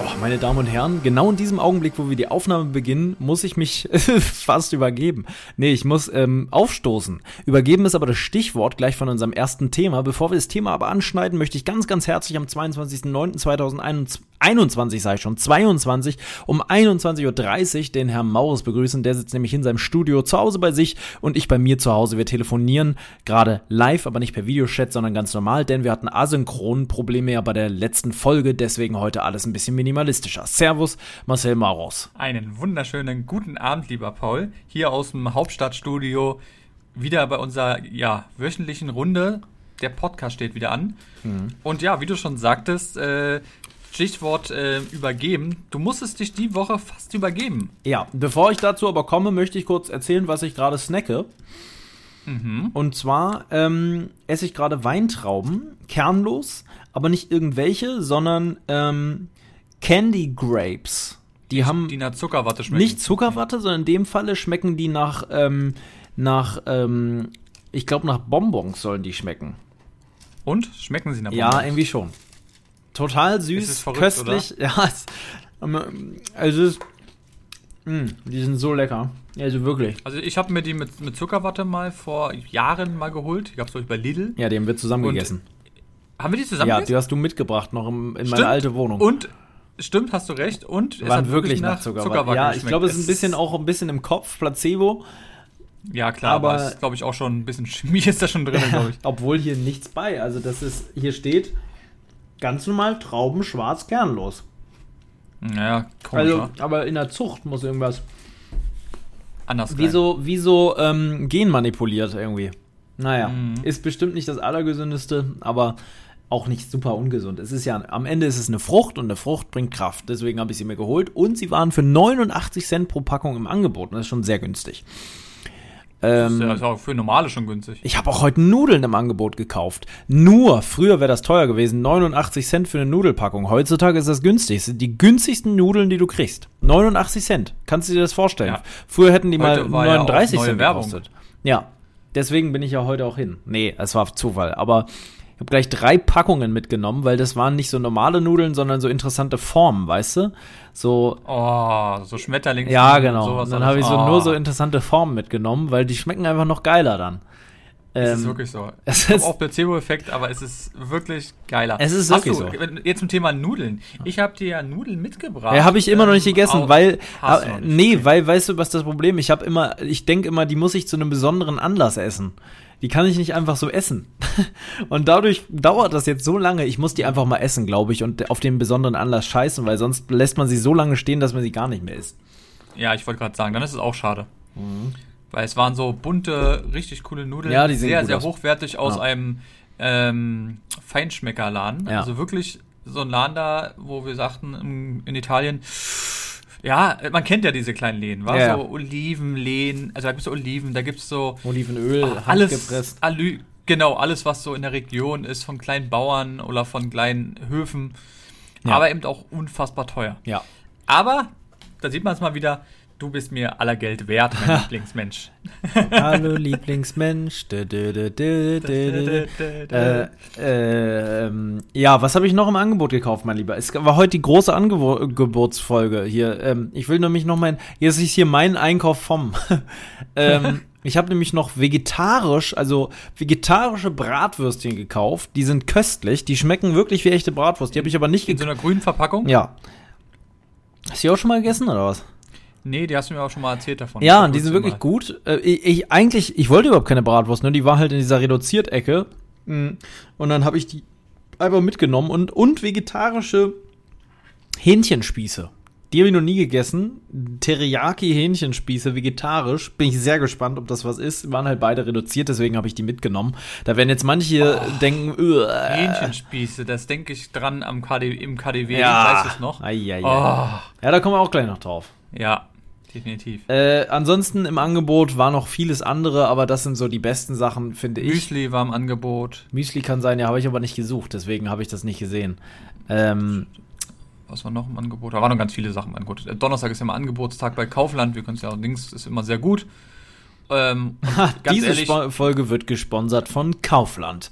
Oh, meine Damen und Herren, genau in diesem Augenblick, wo wir die Aufnahme beginnen, muss ich mich fast übergeben. Nee, ich muss ähm, aufstoßen. Übergeben ist aber das Stichwort gleich von unserem ersten Thema. Bevor wir das Thema aber anschneiden, möchte ich ganz, ganz herzlich am 22.09.2021, sei schon, 22, um 21.30 Uhr den Herrn Maurus begrüßen. Der sitzt nämlich in seinem Studio zu Hause bei sich und ich bei mir zu Hause. Wir telefonieren gerade live, aber nicht per Videochat, sondern ganz normal, denn wir hatten asynchronen Probleme ja bei der letzten Folge, deswegen heute alles ein bisschen minimal realistischer. Servus, Marcel Maros. Einen wunderschönen guten Abend, lieber Paul. Hier aus dem Hauptstadtstudio wieder bei unserer ja, wöchentlichen Runde. Der Podcast steht wieder an. Mhm. Und ja, wie du schon sagtest, äh, Stichwort äh, übergeben. Du musstest dich die Woche fast übergeben. Ja, bevor ich dazu aber komme, möchte ich kurz erzählen, was ich gerade snacke. Mhm. Und zwar ähm, esse ich gerade Weintrauben, kernlos, aber nicht irgendwelche, sondern ähm, Candy Grapes. Die, die haben die nach Zuckerwatte schmecken. Nicht Zuckerwatte, sondern in dem Falle schmecken die nach ähm, nach ähm, ich glaube nach Bonbons sollen die schmecken. Und schmecken sie nach Bonbons? Ja, irgendwie schon. Total süß, verrückt, köstlich. Oder? Ja, es, also es, mh, die sind so lecker. Also wirklich. Also ich habe mir die mit, mit Zuckerwatte mal vor Jahren mal geholt. Ich glaube so bei Lidl. Ja, die haben wir zusammen Und, gegessen. Haben wir die zusammen? Ja, die hast du mitgebracht noch im, in Stimmt. meine alte Wohnung. Und Stimmt, hast du recht. Und es waren wirklich nach, nach Zuckerwatte. Zuckerwatte ja, ich glaube, es ist ein bisschen auch ein bisschen im Kopf, Placebo. Ja, klar, aber, aber ist, glaube ich, auch schon ein bisschen Chemie ist da schon drin, glaube ich. Obwohl hier nichts bei. Also, das ist, hier steht ganz normal Trauben schwarz kernlos. Naja, komisch, ne? also, aber in der Zucht muss irgendwas anders sein. Wieso, wieso ähm, genmanipuliert irgendwie? Naja, mhm. ist bestimmt nicht das Allergesündeste, aber auch nicht super ungesund. Es ist ja, am Ende ist es eine Frucht und eine Frucht bringt Kraft. Deswegen habe ich sie mir geholt und sie waren für 89 Cent pro Packung im Angebot. Und das ist schon sehr günstig. Ähm, das ist ja ist auch für normale schon günstig. Ich habe auch heute Nudeln im Angebot gekauft. Nur, früher wäre das teuer gewesen, 89 Cent für eine Nudelpackung. Heutzutage ist das günstig. Das sind die günstigsten Nudeln, die du kriegst. 89 Cent. Kannst du dir das vorstellen? Ja. Früher hätten die heute mal 39 ja Cent Werbung. gekostet. Ja. Deswegen bin ich ja heute auch hin. Nee, es war Zufall. Aber ich habe gleich drei Packungen mitgenommen, weil das waren nicht so normale Nudeln, sondern so interessante Formen, weißt du? So. Oh, so Schmetterlinge. Ja, genau. Und dann habe ich so oh. nur so interessante Formen mitgenommen, weil die schmecken einfach noch geiler dann. Ähm, es ist wirklich so. Es ist auch Placebo-Effekt, aber es ist wirklich geiler. Es ist Hast wirklich du, so. Jetzt zum Thema Nudeln. Ich habe dir ja Nudeln mitgebracht. Ja, habe ich immer noch nicht gegessen, ähm, weil äh, nee, okay. weil weißt du, was das Problem? Ich habe immer, ich denke immer, die muss ich zu einem besonderen Anlass essen. Die kann ich nicht einfach so essen. und dadurch dauert das jetzt so lange. Ich muss die einfach mal essen, glaube ich, und auf den besonderen Anlass scheißen, weil sonst lässt man sie so lange stehen, dass man sie gar nicht mehr isst. Ja, ich wollte gerade sagen, dann ist es auch schade. Mhm. Weil es waren so bunte, richtig coole Nudeln. Ja, die sehen sehr, gut sehr aus. hochwertig aus ja. einem ähm, Feinschmeckerladen. Ja. Also wirklich so ein Laden da, wo wir sagten in Italien. Ja, man kennt ja diese kleinen Läden, war ja. so Olivenläden, also da gibt's so Oliven, da gibt's so Olivenöl, ach, alles, Alü, genau alles, was so in der Region ist von kleinen Bauern oder von kleinen Höfen, aber eben auch unfassbar teuer. Ja. Aber da sieht man es mal wieder, du bist mir aller Geld wert, mein Lieblingsmensch. Hallo Lieblingsmensch. Dö, dö, dö, äh, äh, ähm, ja, was habe ich noch im Angebot gekauft, mein Lieber? Es war heute die große Angebotsfolge hier. Ähm, ich will nämlich noch mein, jetzt ist hier mein Einkauf vom. ähm, ich habe nämlich noch vegetarisch, also vegetarische Bratwürstchen gekauft. Die sind köstlich, die schmecken wirklich wie echte Bratwurst. Die habe ich aber nicht gekauft. In so einer grünen Verpackung? Ja. Hast du die auch schon mal gegessen oder was? Nee, die hast du mir auch schon mal erzählt davon. Ja, die sind wirklich mal. gut. Äh, Ich, ich, eigentlich, ich wollte überhaupt keine Bratwurst, ne? Die war halt in dieser Reduziert-Ecke. Mhm. Und dann habe ich die einfach mitgenommen und, und vegetarische Hähnchenspieße. Die habe ich noch nie gegessen. Teriyaki-Hähnchenspieße, vegetarisch. Bin ich sehr gespannt, ob das was ist. Waren halt beide reduziert, deswegen habe ich die mitgenommen. Da werden jetzt manche Oh. denken, "Uah." Hähnchenspieße, das denke ich dran am KD, im KDW, ja. ich weiß es noch. Ai, ai, ai. Oh, Ja, da kommen wir auch gleich noch drauf. ja, definitiv. Äh, ansonsten im Angebot war noch vieles andere, aber das sind so die besten Sachen, finde ich. Müsli war im Angebot. Müsli kann sein, ja, habe ich aber nicht gesucht, deswegen habe ich das nicht gesehen. Ähm, Was war noch im Angebot? Da waren noch ganz viele Sachen im Angebot. Äh, Donnerstag ist ja immer Angebotstag bei Kaufland. Wir können es ja links, ist immer sehr gut. Ähm, und ganz diese ehrlich, Spo- Folge wird gesponsert von Kaufland.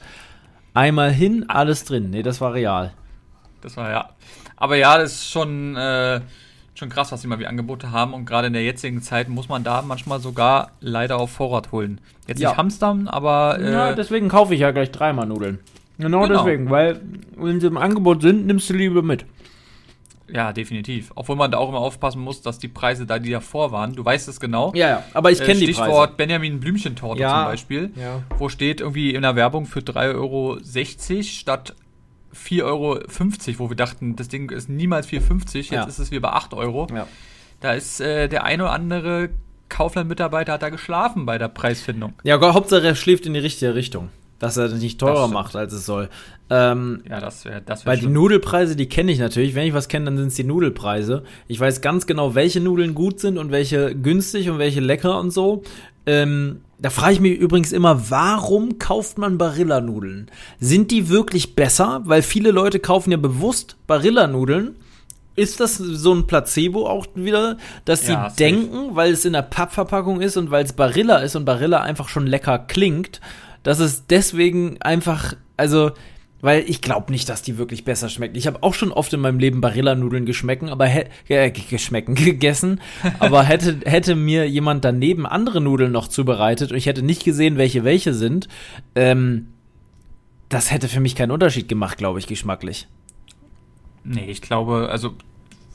Einmal hin, alles drin. Nee, das war real. das war ja. Aber ja, das ist schon, äh, schon krass, was die mal wie Angebote haben. Und gerade in der jetzigen Zeit muss man da manchmal sogar leider auf Vorrat holen. Jetzt Ja. nicht hamstern, aber äh, Ja, deswegen kaufe ich ja gleich dreimal Nudeln. Genau, Genau. deswegen, weil wenn sie im Angebot sind, nimmst du lieber mit. ja, definitiv. Obwohl man da auch immer aufpassen muss, dass die Preise da, die davor waren, du weißt es genau. Ja, ja, aber ich Äh, kenne die Stichwort Preise. Benjamin Blümchentorte Ja. zum Beispiel. Ja. wo steht irgendwie in der Werbung für 3,60 Euro statt 4,50 Euro, wo wir dachten, das Ding ist niemals 4,50, jetzt Ja. ist es wie bei 8 Euro. Ja. Da ist äh, der ein oder andere Kaufland-Mitarbeiter hat da geschlafen bei der Preisfindung. Ja, Gott, Hauptsache er schläft in die richtige Richtung. Dass er das nicht Das teurer stimmt. macht, als es soll. Ähm, Ja, das wäre das wär weil die schlimm. Nudelpreise, die kenne ich natürlich. Wenn ich was kenne, dann sind es die Nudelpreise. Ich weiß ganz genau, welche Nudeln gut sind und welche günstig und welche lecker und so. Ähm, da frage ich mich übrigens immer, warum kauft man Barilla-Nudeln? Sind die wirklich besser? Weil viele Leute kaufen ja bewusst Barilla-Nudeln. Ist das so ein Placebo auch wieder, dass sie Ja, safe. denken, weil es in der Pappverpackung ist und weil es Barilla ist und Barilla einfach schon lecker klingt, dass es deswegen einfach, also, weil ich glaube nicht, dass die wirklich besser schmecken. Ich habe auch schon oft in meinem Leben Barilla-Nudeln geschmecken, aber hä- äh, g- geschmecken, gegessen, aber hätte, hätte mir jemand daneben andere Nudeln noch zubereitet und ich hätte nicht gesehen, welche welche sind, ähm, das hätte für mich keinen Unterschied gemacht, glaube ich, geschmacklich. Nee, ich glaube, also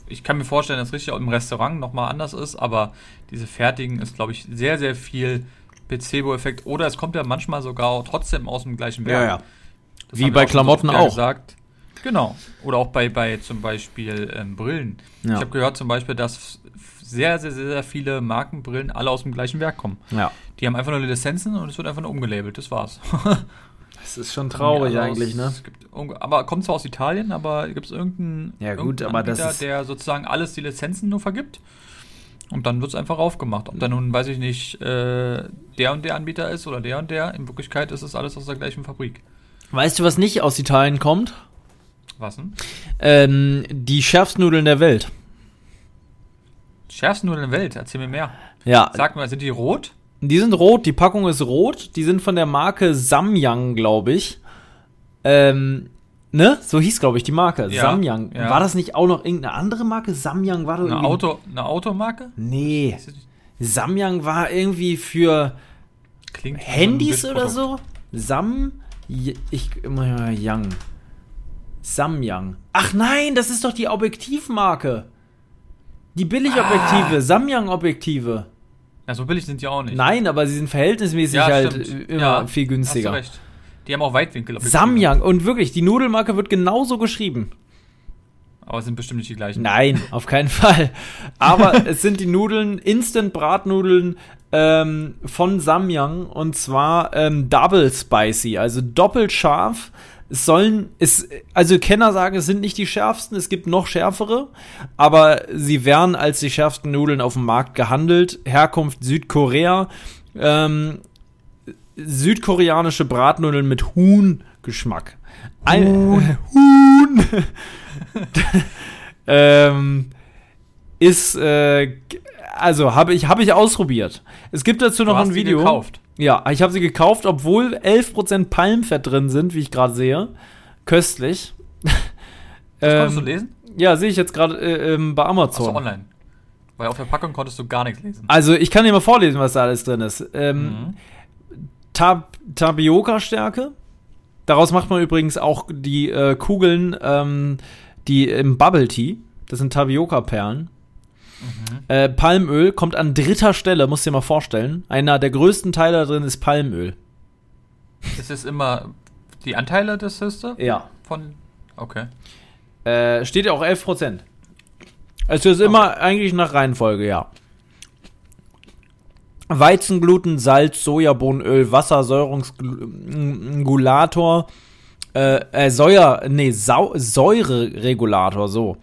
ich kann mir vorstellen, dass richtig auch im Restaurant nochmal anders ist, aber diese fertigen ist, glaube ich, sehr, sehr viel Placebo-Effekt. Oder es kommt ja manchmal sogar trotzdem aus dem gleichen Werk. Das Wie haben wir bei schon so Klamotten oft ja auch. Gesagt. Genau. Oder auch bei, bei zum Beispiel ähm, Brillen. Ja. Ich habe gehört zum Beispiel, dass f- sehr, sehr, sehr, sehr viele Markenbrillen alle aus dem gleichen Werk kommen. Ja. Die haben einfach nur Lizenzen und es wird einfach nur umgelabelt. Das war's. Das ist schon Alle aus- ne? Es gibt, unge- aber kommt zwar aus Italien, aber gibt es irgendeinen Ja, gut, irgendeinen aber das ist- der sozusagen alles die Lizenzen nur vergibt? Und dann wird's einfach raufgemacht. Ob da nun, weiß ich nicht, äh, der und der Anbieter ist oder der und der. In Wirklichkeit ist es alles aus der gleichen Fabrik. Weißt du, was nicht aus Italien kommt? Was denn? Ähm, die Schärfsnudeln der Welt. Schärfsten Nudeln der Welt, erzähl mir mehr. Ja, Sag mal, sind die rot? die sind rot, die Packung ist rot, die sind von der Marke Samyang, glaube ich. Ähm, ne? So hieß, glaube ich, die Marke. Ja, Samyang. ja. War das nicht auch noch irgendeine andere Marke? Samyang war doch Eine, irgendwie- Auto, eine Automarke? Nee. Ist das- Samyang war irgendwie für Klingt wie so ein Handys oder Bildprodukt. so? Sam. J- Ich. äh, Yang. Samyang. Ach nein, das ist doch die Objektivmarke. Die Billigobjektive, Ah. Samyang-Objektive. Ja, so billig sind die auch nicht. Nein, aber sie sind verhältnismäßig halt stimmt. immer Ja, viel günstiger. Hast du recht. Die haben auch Weitwinkel. Samyang, und wirklich, die Nudelmarke wird genauso geschrieben. Aber es sind bestimmt nicht die gleichen. Nein, auf keinen Fall. Aber es sind die Nudeln, Instant-Bratnudeln ähm, von Samyang und zwar ähm, Double Spicy, also doppelt scharf. Es sollen, es, also Kenner sagen, es sind nicht die schärfsten, es gibt noch schärfere, aber sie werden als die schärfsten Nudeln auf dem Markt gehandelt. Herkunft Südkorea, ähm, südkoreanische Bratnudeln mit Huhn-Geschmack. Ein, Huhn. Huhn. ähm, ist, äh, g- also habe ich, hab ich ausprobiert. Es gibt dazu noch hast ein die Video. gekauft? Ja, ich habe sie gekauft, obwohl 11% Palmfett drin sind, wie ich gerade sehe. Köstlich. Konntest Ähm, du lesen? ja, sehe ich jetzt gerade äh, ähm, bei Amazon. Achso, online. Weil auf der Packung konntest du gar nichts lesen. Also ich kann dir mal vorlesen, was da alles drin ist. Ähm, Mhm. Tab Tapioca-Stärke. Daraus macht man übrigens auch die äh, Kugeln, ähm, die im Bubble Tea. Das sind Tapioca-Perlen. Äh, Palmöl kommt an dritter Stelle, musst dir mal vorstellen. Einer der größten Teile da drin ist Palmöl. Ist es immer die Anteile des Hüste? Ja. Von. Okay. Äh, steht ja auch 11 Prozent. Es ist immer eigentlich nach Reihenfolge, ja. Weizengluten, Salz, Sojabohnenöl, Wasser, Säurungsregulator, äh, äh, Säuer, nee, Sau Säureregulator, so.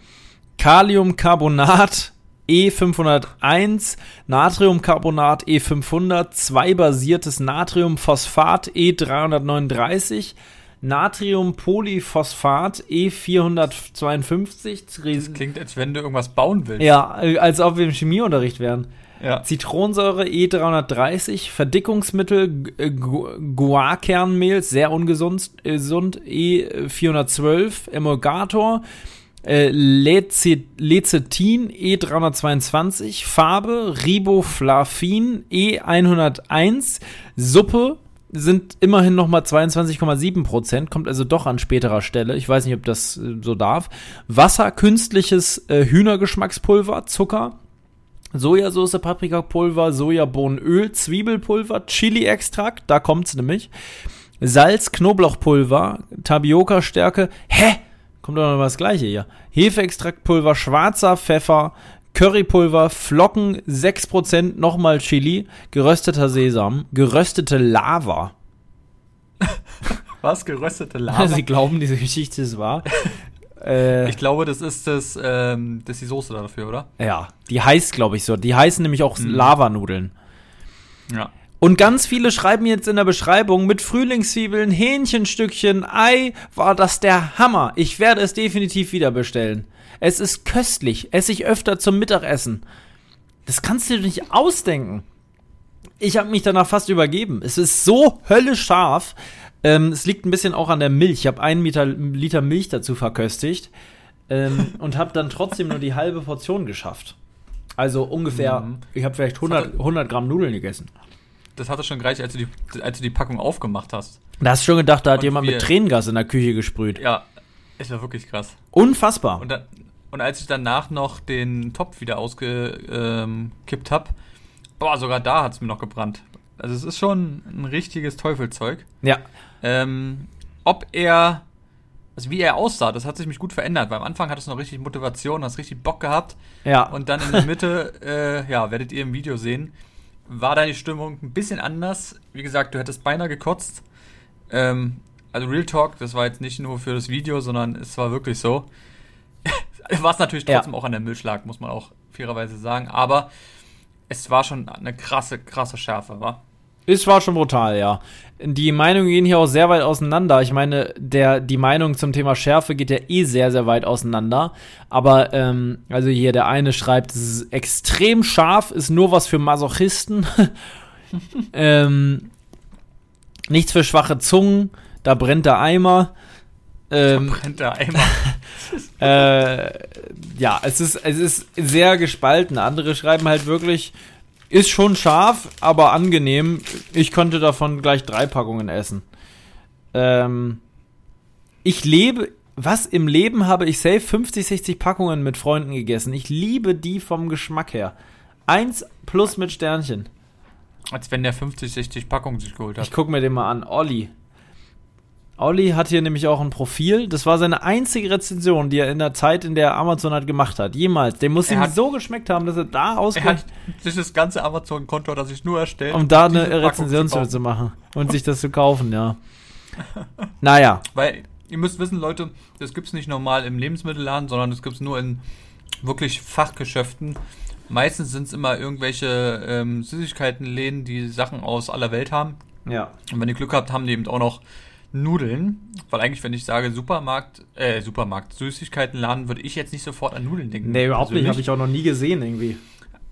Kaliumcarbonat E501, Natriumcarbonat E E500, 2 basiertes Natriumphosphat E E339, Natriumpolyphosphat E E452, Das klingt, als wenn du irgendwas bauen willst. ja, äh, als ob wir im Chemieunterricht wären. Ja. Zitronensäure E E330, Verdickungsmittel Gu- äh, Gu- Guarkernmehl, sehr ungesund, äh, gesund, E412, Emulgator, äh, E Lece- Lecetin E322, Farbe Riboflavin E101, Suppe sind immerhin nochmal 22,7 Prozent, kommt also doch an späterer Stelle. Ich weiß nicht, ob das äh, so darf. Wasser, künstliches äh, Hühnergeschmackspulver, Zucker, Sojasauce, Paprikapulver, Sojabohnenöl, Zwiebelpulver, Chili-Extrakt, da kommt's nämlich. Salz, Knoblauchpulver, Tapioca-Stärke. Hä? Kommt doch noch das Gleiche hier. Hefeextraktpulver, schwarzer Pfeffer, Currypulver, Flocken, 6%, nochmal Chili, gerösteter Sesam, geröstete Lava. Was? Geröstete Lava? Also Sie glauben, diese Geschichte ist wahr. äh, Ich glaube, das ist das, ähm, das ist die Soße dafür, oder? ja, die heißt, glaube ich, so. Die heißen nämlich auch Lavanudeln. Ja. Und ganz viele schreiben jetzt in der Beschreibung mit Frühlingszwiebeln, Hähnchenstückchen, Ei, war das der Hammer. Ich werde es definitiv wieder bestellen. Es ist köstlich, esse ich öfter zum Mittagessen. Das kannst du dir nicht ausdenken. Ich habe mich danach fast übergeben. Es ist so höllisch scharf. Ähm, es liegt ein bisschen auch an der Milch. Ich habe einen Liter, Liter Milch dazu verköstigt ähm, und habe dann trotzdem nur die halbe Portion geschafft. Also ungefähr, Mhm. ich habe vielleicht 100, 100 Gramm Nudeln gegessen. Das hatte schon gleich, als du die, als du die Packung aufgemacht hast. Da hast du schon gedacht, da hat Und jemand wir- mit Tränengas in der Küche gesprüht. Ja, es war wirklich krass. Unfassbar. Und, dann, und als ich danach noch den Topf wieder ausgekippt ähm, kippt hab, boah, sogar da hat's mir noch gebrannt. Also es ist schon ein richtiges Teufelzeug. ja. Ähm, ob er, also wie er aussah, das hat sich mich gut verändert. Weil am Anfang hattest du noch richtig Motivation, hast richtig Bock gehabt. Ja. Und dann in der Mitte, äh, ja, werdet ihr im Video sehen, war deine Stimmung ein bisschen anders. Wie gesagt, du hättest beinahe gekotzt. Ähm, also Real Talk, das war jetzt nicht nur für das Video, sondern es war wirklich so. war es natürlich Ja. trotzdem auch an der Milchschlag, muss man auch fairerweise sagen. Aber es war schon eine krasse, krasse Schärfe, war. Es war schon brutal, ja. Die Meinungen gehen hier auch sehr weit auseinander. Ich meine, der, die Meinung zum Thema Schärfe geht ja eh sehr, sehr weit auseinander. Aber, ähm, also hier der eine schreibt, es ist extrem scharf, ist nur was für Masochisten. ähm, nichts für schwache Zungen, da brennt der Eimer. Ähm, Brennt der Eimer. äh, ja, es ist, es ist sehr gespalten. Andere schreiben halt wirklich, ist schon scharf, aber angenehm. Ich konnte davon gleich drei Packungen essen. Ähm, ich lebe, was im Leben habe ich safe 50, 60 Packungen mit Freunden gegessen. Ich liebe die vom Geschmack her. Eins plus mit Sternchen. Als wenn der 50, 60 Packungen sich geholt Ich hat. gucke mir den mal an. Olli. Olli hat hier nämlich auch ein Profil. Das war seine einzige Rezension, die er in der Zeit, in der er Amazon hat, gemacht hat. Jemals. Dem muss Er ihm hat- so geschmeckt haben, dass er da Er hat ausgeht, sich das ganze Amazon-Konto, das ich nur erstellt um da diese eine Packung Rezension zu, kaufen. zu machen und sich das zu kaufen, ja. Naja, Weil ihr müsst wissen, Leute, das gibt's nicht normal im Lebensmittelladen, sondern das gibt's nur in wirklich Fachgeschäften. Meistens sind's immer irgendwelche ähm, Süßigkeitenläden, die Sachen aus aller Welt haben. ja. Und wenn ihr Glück habt, haben die eben auch noch Nudeln. Weil eigentlich, wenn ich sage Supermarkt, äh, Supermarkt, Süßigkeitenladen, würde ich jetzt nicht sofort an Nudeln denken. Nee, überhaupt nicht. Habe persönlich. ich auch noch nie gesehen, irgendwie.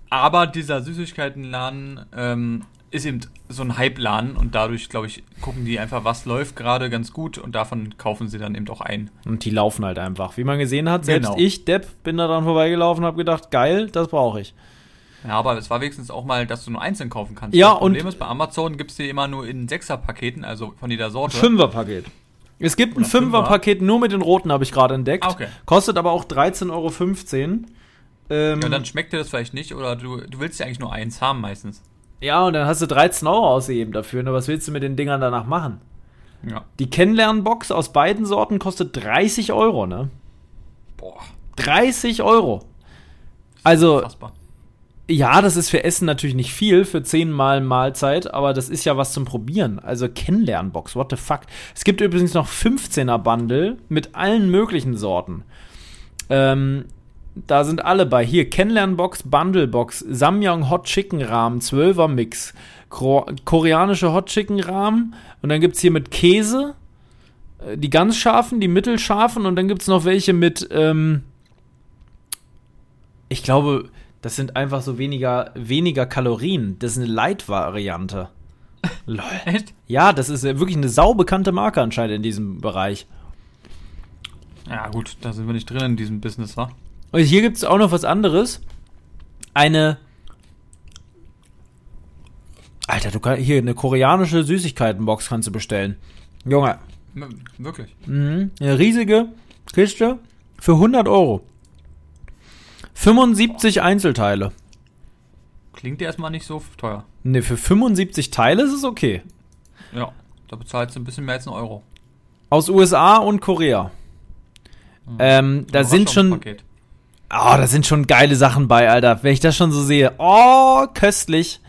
Aber dieser Süßigkeitenladen ähm, ist eben so ein Hype-Laden und dadurch, glaube ich, gucken die einfach, was läuft gerade ganz gut und davon kaufen sie dann eben auch ein. Und die laufen halt einfach. Wie man gesehen hat, selbst Genau. ich, Depp, bin da dran vorbeigelaufen und habe gedacht, geil, das brauche ich. Ja, aber es war wenigstens auch mal, dass du nur einzeln kaufen kannst. Ja, das Problem und- ist, bei Amazon gibt's die immer nur in Sechser-Paketen, also von jeder Sorte. Fünferpaket. Es gibt ein Oder Fünfer. Fünferpaket nur mit den roten, habe ich gerade entdeckt. Ah, okay. Kostet aber auch 13,15 Euro. Ähm, Ja, und dann schmeckt dir das vielleicht nicht oder du, du willst ja eigentlich nur eins haben meistens. ja, und dann hast du 13 Euro ausgegeben dafür. Ne? Was willst du mit den Dingern danach machen? Ja. Die Kennenlernbox aus beiden Sorten kostet 30 Euro, ne? Boah. 30 Euro. Also, ja, das ist für Essen natürlich nicht viel, für zehnmal Mahlzeit, aber das ist ja was zum Probieren. Also Kennenlernbox, what the fuck. Es gibt übrigens noch 15er Bundle mit allen möglichen Sorten. Ähm, da sind alle bei. Hier, Kennenlernbox, Bundlebox, Samyang Hot Chicken Rahmen, 12er Mix, Kro koreanische Hot Chicken Rahmen und dann gibt's hier mit Käse, äh, die ganz scharfen, die mittelscharfen und dann gibt's noch welche mit, ähm, ich glaube, das sind einfach so weniger, weniger Kalorien. Das ist eine Light-Variante. Lol. Echt? Ja, das ist äh, wirklich eine saubekannte Marke anscheinend in diesem Bereich. Ja, gut, da sind wir nicht drin in diesem Business, wa? Und hier gibt es auch noch was anderes. Eine. Alter, du kannst hier eine koreanische Süßigkeitenbox kannst du bestellen. Junge. M wirklich? Mhm. Eine riesige Kiste für 100 Euro. 75 Einzelteile. Klingt ja erstmal nicht so teuer. Ne, für 75 Teile ist es okay. Ja, da bezahlst du ein bisschen mehr als einen Euro. Aus USA und Korea. Hm. Ähm, da sind schon. Paket. Oh, da sind schon geile Sachen bei, Alter. Wenn ich das schon so sehe. Oh, köstlich.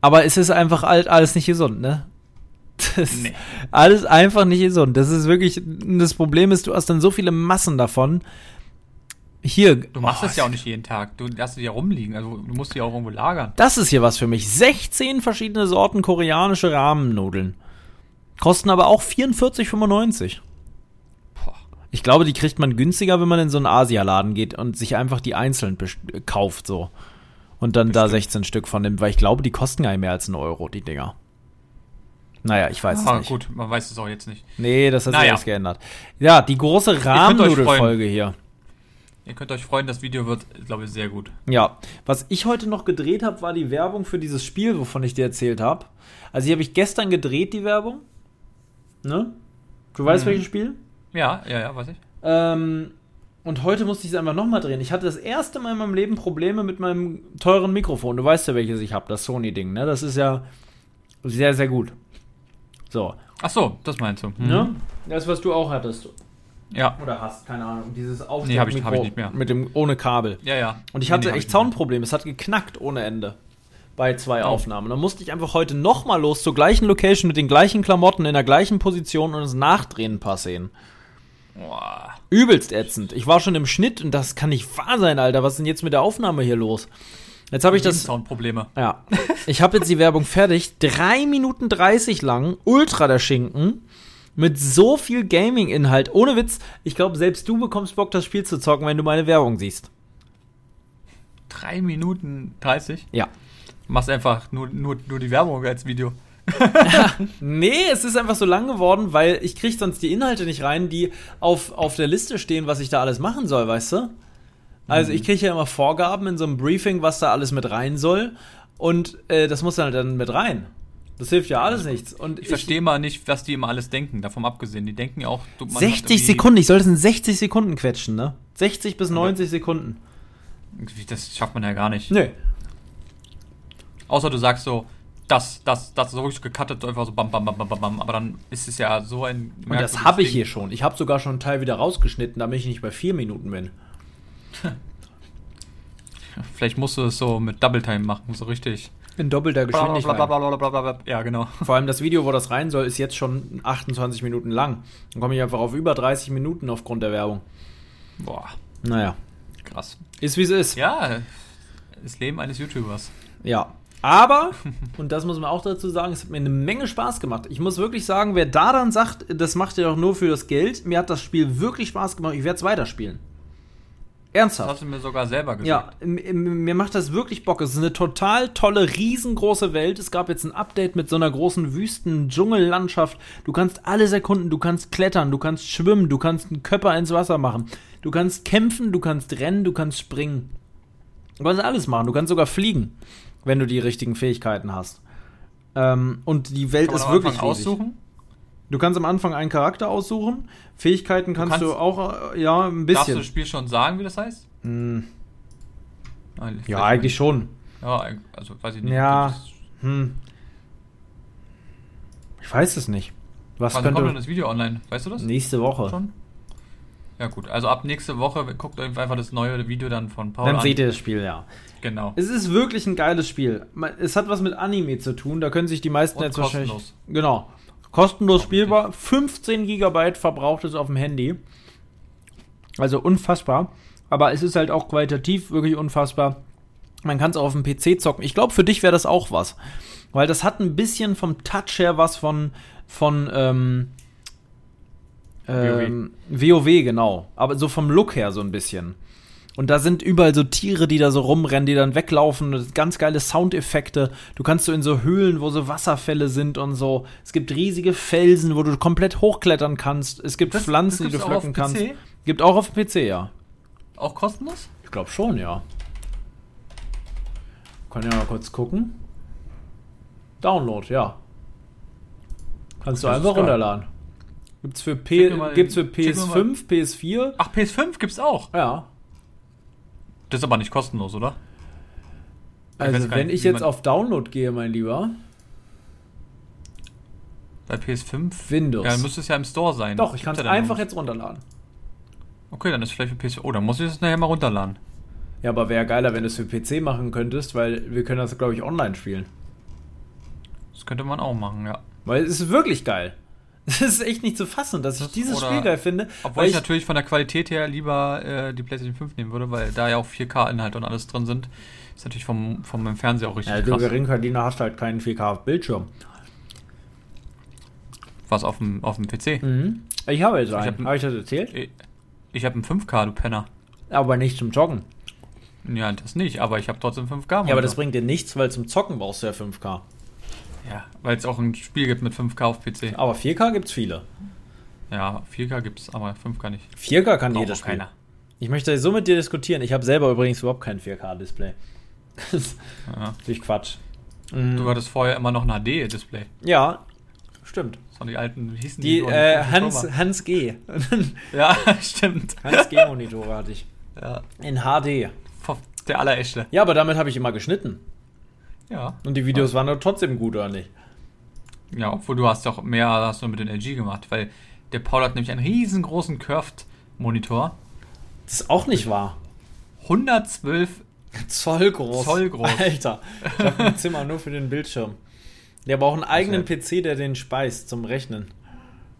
Aber es ist einfach alt, alles nicht gesund, ne? Das Nee. Alles einfach nicht gesund. Das ist wirklich. Das Problem ist, du hast dann so viele Massen davon. Hier. oh, Du machst das ja auch nicht jeden Tag. Du lässt die ja rumliegen. Also du musst die ja auch irgendwo lagern. Das ist hier was für mich. 16 verschiedene Sorten koreanische Rahmennudeln. Kosten aber auch 44,95. Boah. Ich glaube, die kriegt man günstiger, wenn man in so einen Asialaden geht und sich einfach die einzeln best- äh, kauft so. Und dann da 16 Stück von nimmt, weil ich glaube, die kosten gar nicht mehr als einen Euro, die Dinger. Naja, ich weiß Ah, es nicht. gut, man weiß es auch jetzt nicht. Nee, das hat sich Naja. alles geändert. Ja, die große könnt euch Rahmennudelfolge hier. Ihr könnt euch freuen, das Video wird, glaube ich, sehr gut. Ja, was ich heute noch gedreht habe, war die Werbung für dieses Spiel, wovon ich dir erzählt habe. Also die habe ich gestern gedreht, die Werbung. Ne? Du weißt, Mhm. welches Spiel? Ja, ja, ja, weiß ich. Ähm, und heute musste ich es einfach nochmal drehen. Ich hatte das erste Mal in meinem Leben Probleme mit meinem teuren Mikrofon. Du weißt ja, welches ich habe, das Sony-Ding, ne? Das ist ja sehr, sehr gut. So, Ach so, das meinst du. Mhm. ne? Das, was du auch hattest. Ja, Oder hast, keine Ahnung. Dieses Nee, hab ich- hab ich Aufsteckmikro nicht mehr. Mit dem, ohne Kabel. ja, ja. Und ich Nee, hatte nee, hab echt Zaunprobleme. Es hat geknackt ohne Ende bei zwei Oh. Aufnahmen. Dann musste ich einfach heute nochmal los zur gleichen Location mit den gleichen Klamotten in der gleichen Position und das Nachdrehen ein paar Szenen. nicht. Boah. Übelst ätzend. Ich war schon im Schnitt und das kann nicht wahr sein, Alter. Was ist denn jetzt mit der Aufnahme hier los? Jetzt habe ich das. Zaunprobleme. Ja. Ich habe jetzt die Werbung fertig. 3 Minuten 30 lang, ultra der Schinken, mit so viel Gaming-Inhalt. Ohne Witz, ich glaube, selbst du bekommst Bock, das Spiel zu zocken, wenn du meine Werbung siehst. Drei Minuten 30. Ja. Machst einfach nur, nur, nur die Werbung als Video. Nee, es ist einfach so lang geworden, weil ich krieg sonst die Inhalte nicht rein, die auf, auf der Liste stehen, was ich da alles machen soll, weißt du? Also ich krieg ja immer Vorgaben in so einem Briefing, was da alles mit rein soll. Und äh, das muss dann, dann mit rein. Das hilft ja alles nichts. Und Ich verstehe mal nicht, was die immer alles denken, davon abgesehen. Die denken ja auch, du, man hat 60 irgendwie- Sekunden, ich sollte es in 60 Sekunden quetschen, ne? 60 bis 90 Sekunden. Irgendwie, Das schafft man ja gar nicht. Nö. Außer du sagst so, das, das, das, so wirklich gecuttet, einfach so bam, bam, bam, bam, bam, bam. Aber dann ist es ja so ein. Und das habe ich hier schon. Ich habe sogar schon einen Teil wieder rausgeschnitten, damit ich nicht bei 4 Minuten bin. Vielleicht musst du es so mit Double Time machen, so richtig. In doppelter Geschwindigkeit. Blablabla. Ja, genau. Vor allem das Video, wo das rein soll, ist jetzt schon 28 Minuten lang. Dann komme ich einfach auf über 30 Minuten aufgrund der Werbung. Boah, Naja, krass. ist wie es ist. Ja, das Leben eines YouTubers. Ja. Aber, und das muss man auch dazu sagen, es hat mir eine Menge Spaß gemacht. Ich muss wirklich sagen, wer da dann sagt, das macht ihr doch nur für das Geld, mir hat das Spiel wirklich Spaß gemacht, ich werde es weiterspielen. Das Ernsthaft. hast du mir sogar selber gesagt. Ja, m- m- mir macht das wirklich Bock. Es ist eine total tolle, riesengroße Welt. Es gab jetzt ein Update mit so einer großen Wüsten-Dschungellandschaft. Du kannst alles erkunden. Du kannst klettern, du kannst schwimmen, du kannst einen Körper ins Wasser machen. Du kannst kämpfen, du kannst rennen, du kannst springen. Du kannst alles machen. Du kannst sogar fliegen, wenn du die richtigen Fähigkeiten hast. Ähm, und die Welt Kann man ist am wirklich Anfang riesig. aussuchen. Du kannst am Anfang einen Charakter aussuchen. Fähigkeiten kannst du, kannst- auch, äh, ja, ein Darfst du bisschen. Hm. das Spiel schon sagen, wie das heißt? Nein, vielleicht Ja, eigentlich schon. nicht. Ja, eig- also weiß ich nicht. Ja. Das- Hm. Ich weiß es nicht. Was Wann kommt denn könnte das Video online? Weißt du das? nächste Woche? Schon? Ja gut, also ab nächste Woche guckt euch einfach das neue Video dann von Paul Dann an. seht ihr das Spiel, ja. Genau. Es ist wirklich ein geiles Spiel. Man- Es hat was mit Anime zu tun, da können sich die meisten Und jetzt wahrscheinlich. kostenlos. Genau. Kostenlos spielbar, 15 Gigabyte verbraucht es auf dem Handy. Also unfassbar. Aber es ist halt auch qualitativ wirklich unfassbar. Man kann es auf dem PC zocken. Ich glaube, für dich wäre das auch was. Weil das hat ein bisschen vom Touch her was von, von ähm, ähm, WoW, genau. Aber so vom Look her so ein bisschen. Und da sind überall so Tiere, die da so rumrennen, die dann weglaufen. Das sind Ganz geile Soundeffekte. Du kannst so in so Höhlen, wo so Wasserfälle sind und so. Es gibt riesige Felsen, wo du komplett hochklettern kannst. Es gibt Das- das Pflanzen, die gibt's du auch auf pflücken kannst. PC? Gibt auch auf dem PC, ja. Auch kostenlos? Ich glaube schon, ja. Kann ja mal kurz gucken. Download, ja. Kannst du Das ist einfach geil. runterladen. Gibt's für, P Schick mir mal den- gibt's für schick mir mal- PS5, PS4? Ach, PS5 gibt's auch. Ja. Das ist aber nicht kostenlos, oder? Also gar wenn nicht, ich wie jetzt man- auf Download gehe, mein Lieber. Bei PS5? Windows. Ja, dann müsste es ja im Store sein. Doch, ich Gibt kann es ja dann einfach noch- jetzt runterladen. Okay, dann ist vielleicht für PS4. Oh, dann muss ich es nachher mal runterladen. Ja, aber wäre geiler, wenn du es für PC machen könntest, weil wir können das, glaube ich, online spielen. Das könnte man auch machen, ja. Weil es ist wirklich geil. Es ist echt nicht zu fassen, dass ich dieses oder- Spiel geil finde. Obwohl weil ich, natürlich von der Qualität her lieber äh, die PlayStation 5 nehmen würde, weil da ja auch 4K-Inhalt und alles drin sind. Ist natürlich vom, vom Fernseher auch richtig Ja, du krass. Geringverdiener hast halt keinen 4K-Bildschirm. Was auf dem, auf dem PC. Mhm. Ich habe jetzt hab einen. n- Habe ich das erzählt? Ich- Ich habe einen 5K, du Penner. Aber nicht zum Joggen. Ja, das nicht, aber ich habe trotzdem 5K. Ja, aber das bringt dir nichts, weil zum Zocken brauchst du ja 5K. Ja, weil es auch ein Spiel gibt mit 5K auf PC. Aber 4K gibt's viele. Ja, 4K gibt's, aber 5K nicht. 4K kann Braucht jeder auch Spiel. Ich möchte so mit dir diskutieren. Ich habe selber übrigens überhaupt kein 4K-Display. Das ist Ja. natürlich Quatsch. Mhm. Du hattest vorher immer noch ein HD-Display. Ja, stimmt. Das waren die alten, wie hießen Die so? äh, Ein Hans, Firma. Hans G. Ja, stimmt. Hans G-Monitore hatte ich. Ja, In HD. der allerechte. Ja, aber damit habe ich immer geschnitten. Ja. Und die Videos waren doch trotzdem gut, oder nicht? Ja, obwohl du hast auch mehr hast du mit den LG gemacht, weil der Paul hat nämlich einen riesengroßen Curved-Monitor. Das ist auch nicht wahr. 112, Zoll groß. Zoll groß. Alter, ich habe ein Zimmer nur für den Bildschirm. Der braucht einen eigenen PC, der den speist zum Rechnen.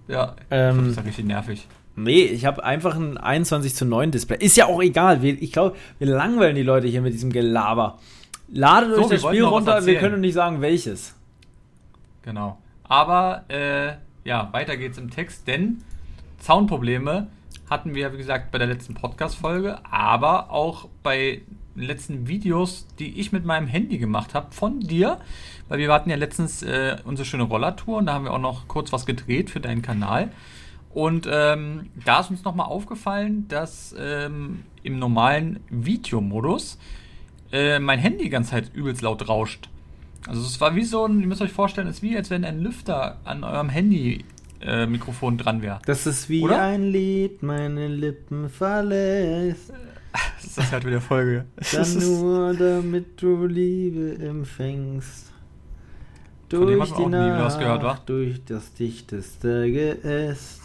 ja, Ähm. das ist ja richtig nervig. Nee, ich habe einfach ein 21 zu 9 Display. Ist ja auch egal. Wir, ich glaube, wir langweilen die Leute hier mit diesem Gelaber. Ladet euch So, das wir wollten Spiel noch was runter, wir erzählen. können nicht sagen, welches. Genau. Aber äh, ja, weiter geht's im Text, denn Soundprobleme hatten wir, wie gesagt, bei der letzten Podcast-Folge, aber auch bei den letzten Videos, die ich mit meinem Handy gemacht habe, von dir. Weil wir hatten ja letztens äh, unsere schöne Rollertour und da haben wir auch noch kurz was gedreht für deinen Kanal. Und ähm, da ist uns nochmal aufgefallen, dass ähm, im normalen Videomodus äh, mein Handy die ganze Zeit übelst laut rauscht. Also es war wie so ein, ihr müsst euch vorstellen, es ist wie, als wenn ein Lüfter an eurem Handy-Mikrofon dran wäre. Das ist wie Oder? ein Lied, meine Lippen verlässt. Das ist das halt wieder Folge. Das Dann ist, nur, damit du Liebe empfängst. Von dem Durch hat man die auch nie was Nacht, gehört, wa? durch das dichteste Geäst.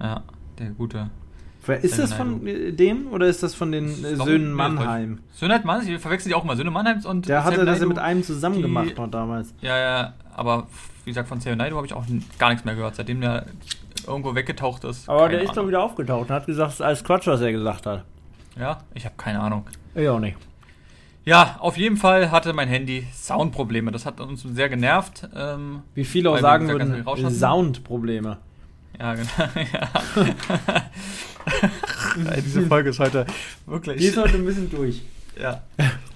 ja, der gute. Ist das von äh, dem oder ist das von den äh, Doch, Söhnen nee, Mannheim? Söhne hat Mannheim, ich verwechsel die auch mal. Söhne Mannheims und Der hatte Sam das ja Naidu. mit einem zusammen die- gemacht ne? noch damals. Ja, ja, aber wie gesagt, von Serenaido habe ich auch n- gar nichts mehr gehört, seitdem der irgendwo weggetaucht ist. Aber Keine der ist doch Ahnung. wieder aufgetaucht und hat gesagt, es ist alles Quatsch, was er gesagt hat. Ja, ich habe keine Ahnung. Ich auch nicht. Ja, auf jeden Fall hatte mein Handy Soundprobleme. Das hat uns sehr genervt. Ähm, Wie viele auch Weil wir sagen gesagt, ganz würden, viel Rausch hatten. Soundprobleme. Ja, genau. Ja. Diese Folge ist heute wirklich. Die ist heute ein bisschen durch. ja.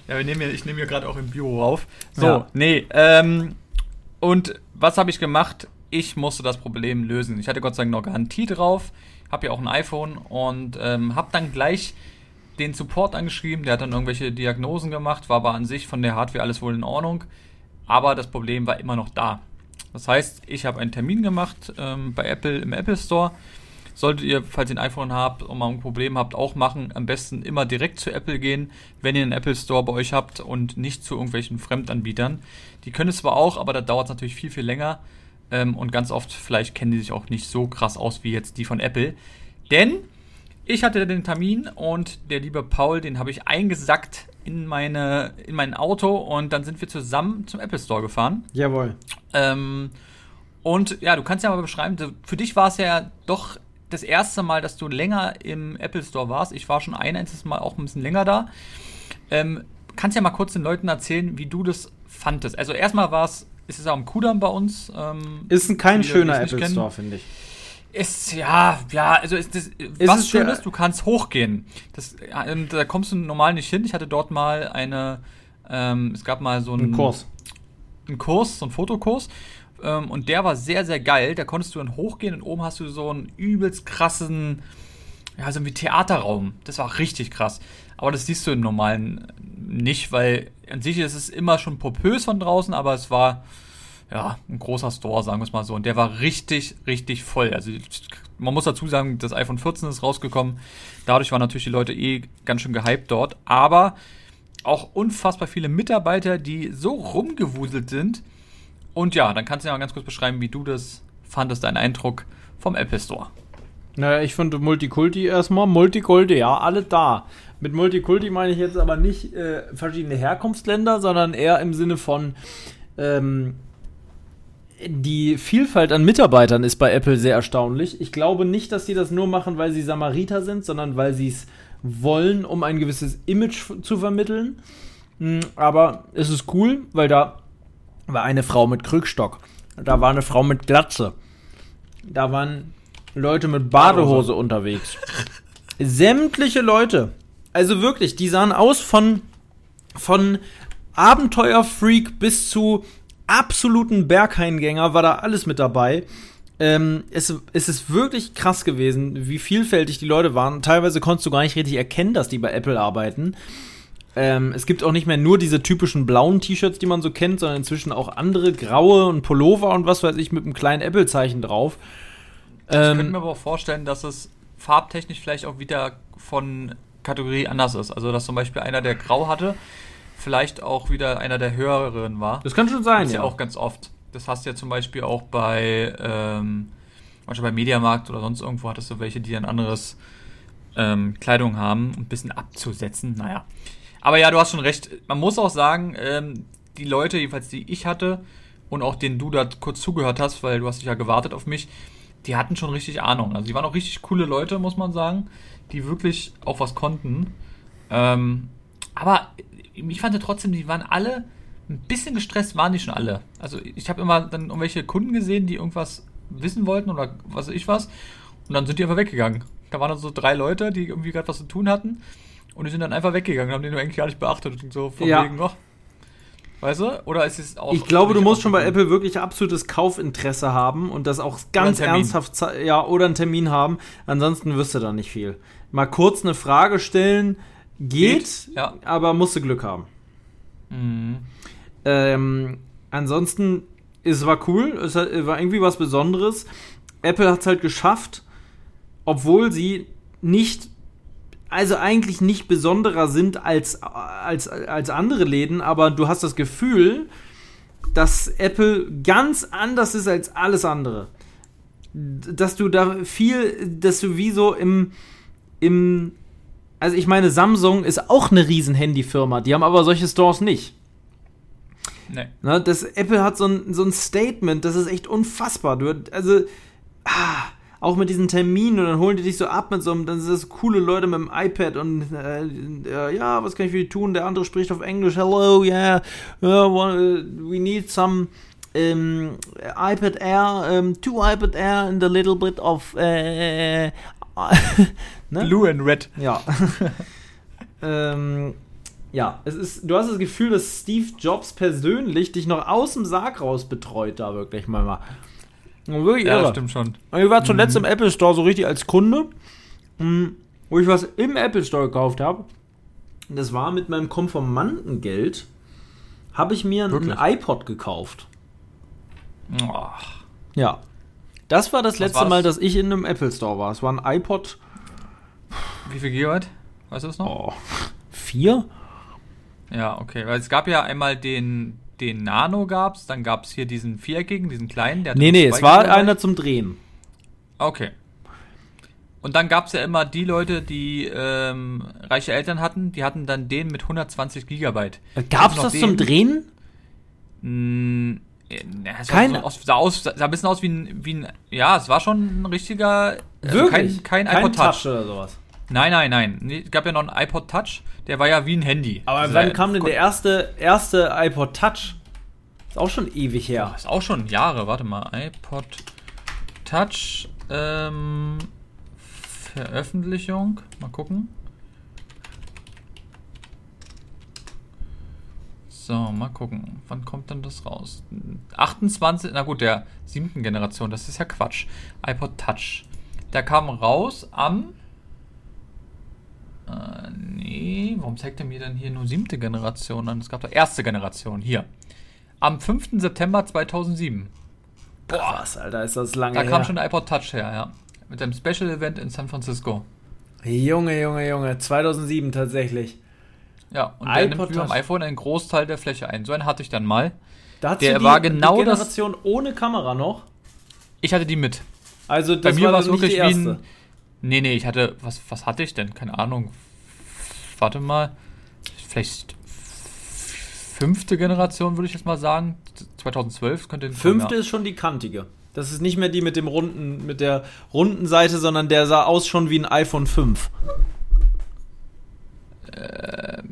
ja wir nehmen hier, ich nehme hier gerade auch im Büro auf. So, Ja. nee. Ähm, und was habe ich gemacht? Ich musste das Problem lösen. Ich hatte Gott sei Dank noch Garantie drauf, habe ja auch ein iPhone und ähm, habe dann gleich den Support angeschrieben. Der hat dann irgendwelche Diagnosen gemacht, war aber an sich von der Hardware alles wohl in Ordnung. Aber das Problem war immer noch da. Das heißt, ich habe einen Termin gemacht ähm, bei Apple im Apple Store. Solltet ihr, falls ihr ein iPhone habt und mal ein Problem habt, auch machen. Am besten immer direkt zu Apple gehen, wenn ihr einen Apple Store bei euch habt und nicht zu irgendwelchen Fremdanbietern. Die können es zwar auch, aber da dauert es natürlich viel, viel länger. Ähm, und ganz oft, vielleicht kennen die sich auch nicht so krass aus wie jetzt die von Apple. Denn Ich hatte den Termin und der liebe Paul, den habe ich eingesackt in, meine, in mein Auto und dann sind wir zusammen zum Apple Store gefahren. Jawohl. Ähm, und ja, du kannst ja mal beschreiben, für dich war es ja doch das erste Mal, dass du länger im Apple Store warst. Ich war schon ein einziges Mal auch ein bisschen länger da. Ähm, kannst ja mal kurz den Leuten erzählen, wie du das fandest. Also erstmal war es, ist es auch im Kudamm bei uns. Ähm, ist ein kein schöner Apple kennen. Store, finde ich. Ist ja, ja, also ist, das, ist was schön ist, du kannst hochgehen. Das, ähm, da kommst du normal nicht hin. Ich hatte dort mal eine, ähm, es gab mal so einen ein Kurs. Einen Kurs, so einen Fotokurs. Ähm, und der war sehr, sehr geil. Da konntest du dann hochgehen und oben hast du so einen übelst krassen, ja, so wie Theaterraum. Das war richtig krass. Aber das siehst du im normalen äh, nicht, weil an sich ist es immer schon pompös von draußen, aber es war ja, ein großer Store, sagen wir es mal so. Und der war richtig, richtig voll. Also man muss dazu sagen, das iPhone 14 ist rausgekommen. Dadurch waren natürlich die Leute eh ganz schön gehypt dort. Aber auch unfassbar viele Mitarbeiter, die so rumgewuselt sind. Und ja, dann kannst du ja mal ganz kurz beschreiben, wie du das fandest, deinen Eindruck vom Apple Store. Naja, ich finde Multikulti erstmal Multikulti, ja, alle da. Mit Multikulti meine ich jetzt aber nicht äh, verschiedene Herkunftsländer, sondern eher im Sinne von ähm, die Vielfalt an Mitarbeitern ist bei Apple sehr erstaunlich. Ich glaube nicht, dass sie das nur machen, weil sie Samariter sind, sondern weil sie es wollen, um ein gewisses Image zu vermitteln. Aber es ist cool, weil da war eine Frau mit Krückstock, da war eine Frau mit Glatze, da waren Leute mit Badehose unterwegs. Sämtliche Leute, also wirklich, die sahen aus von, von Abenteuerfreak bis zu absoluten Bergheimgänger war da alles mit dabei. Ähm, es, es ist wirklich krass gewesen, wie vielfältig die Leute waren. Teilweise konntest du gar nicht richtig erkennen, dass die bei Apple arbeiten. Ähm, es gibt auch nicht mehr nur diese typischen blauen T-Shirts, die man so kennt, sondern inzwischen auch andere graue und Pullover und was weiß ich mit einem kleinen Apple-Zeichen drauf. Ähm, ich könnte mir aber auch vorstellen, dass es farbtechnisch vielleicht auch wieder von Kategorie anders ist. Also, dass zum Beispiel einer, der grau hatte, vielleicht auch wieder einer der höheren war. Das kann schon sein, das ist ja. ja. auch ganz oft. Das hast du ja zum Beispiel auch bei, ähm, manchmal bei Mediamarkt oder sonst irgendwo hattest du welche, die ein anderes ähm, Kleidung haben, um ein bisschen abzusetzen. Naja. Aber ja, du hast schon recht. Man muss auch sagen, ähm, die Leute, jedenfalls die ich hatte und auch denen du da kurz zugehört hast, weil du hast dich ja gewartet auf mich, die hatten schon richtig Ahnung. Also die waren auch richtig coole Leute, muss man sagen, die wirklich auch was konnten. Ähm, aber ich fand trotzdem, die waren alle ein bisschen gestresst, waren die schon alle. Also ich habe immer dann irgendwelche Kunden gesehen, die irgendwas wissen wollten oder was weiß ich was. Und dann sind die einfach weggegangen. Da waren dann so drei Leute, die irgendwie gerade was zu tun hatten. Und die sind dann einfach weggegangen, haben den nur eigentlich gar nicht beachtet. Und so von ja. wegen, oh, Weißt du? Oder ist es auch. Ich glaube, du musst schon bei Apple wirklich absolutes Kaufinteresse haben und das auch ganz ernsthaft, ja, oder einen Termin haben. Ansonsten wirst du da nicht viel. Mal kurz eine Frage stellen geht, geht ja. aber musste Glück haben. Mhm. Ähm, ansonsten, es war cool, es war irgendwie was Besonderes. Apple hat es halt geschafft, obwohl sie nicht, also eigentlich nicht besonderer sind als, als, als andere Läden, aber du hast das Gefühl, dass Apple ganz anders ist als alles andere. Dass du da viel, dass du wie so im, im also ich meine, Samsung ist auch eine riesen Handyfirma, die haben aber solche Stores nicht. Nee. Na, Ne, das Apple hat so ein, so ein Statement, das ist echt unfassbar. Du, also, ah, auch mit diesen Terminen und dann holen die dich so ab mit so einem, dann sind das coole Leute mit dem iPad und äh, ja, was kann ich für die tun? Der andere spricht auf Englisch, hello, yeah, uh, we need some um, iPad Air, um, two iPad Air and a little bit of uh, ne? Blue and Red. Ja. ähm, ja, es ist, du hast das Gefühl, dass Steve Jobs persönlich dich noch aus dem Sarg raus betreut, da wirklich mal. mal. Wirklich ja, irre. das stimmt schon. Und ich war zuletzt mhm. im Apple Store so richtig als Kunde, hm, wo ich was im Apple Store gekauft habe. Das war mit meinem Konformantengeld, habe ich mir wirklich? einen iPod gekauft. Oh. Ja, das war das letzte das? Mal, dass ich in einem Apple Store war. Es war ein iPod. Wie viel Gigabyte? Weißt du das noch? Oh, vier? Ja, okay. Weil es gab ja einmal den, den Nano gab's, dann gab's hier diesen viereckigen, diesen kleinen. Der nee, nee, es war Gigabyte. einer zum Drehen. Okay. Und dann gab es ja immer die Leute, die ähm, reiche Eltern hatten, die hatten dann den mit 120 Gigabyte. Gab es das zum Drehen? Mm, äh, na, es Keine. Sah, so aus, sah, aus, sah ein bisschen aus wie ein, wie ein. Ja, es war schon ein richtiger. also Wirklich? Kein, kein iPod Touch. Touch oder sowas. Nein, nein, nein. Nee, Es gab ja noch einen iPod Touch, der war ja wie ein Handy. Aber Also, wann äh, kam denn der erste, erste iPod Touch? Ist auch schon ewig her. Ist auch schon Jahre, warte mal. iPod Touch ähm, Veröffentlichung. Mal gucken. So, mal gucken. Wann kommt denn das raus? 28, na gut, der siebten Generation, das ist ja Quatsch. iPod Touch. Der kam raus am. Äh, nee, warum zeigt er mir denn hier nur siebte Generation an? Es gab doch erste Generation, hier. Am 5. September 2007. Boah, was, Alter, ist das lange Da her. kam schon der iPod Touch her, ja. Mit einem Special Event in San Francisco. Junge, Junge, Junge, 2007 tatsächlich. Ja, und der iPod nimmt wie beim Touch. iPhone einen Großteil der Fläche ein. So einen hatte ich dann mal. Da hat's Der die, war genau die das- Generation ohne Kamera noch. Ich hatte die mit. Also Bei das mir war es dann nicht wirklich die wie ein. erste. Nee, nee, ich hatte. Was, was hatte ich denn? Keine Ahnung. Warte mal. Vielleicht fünfte Generation, würde ich jetzt mal sagen. 2012 könnte. Fünfte Ja. ist schon die kantige. Das ist nicht mehr die mit dem runden, mit der runden Seite, sondern der sah aus schon wie ein iPhone 5.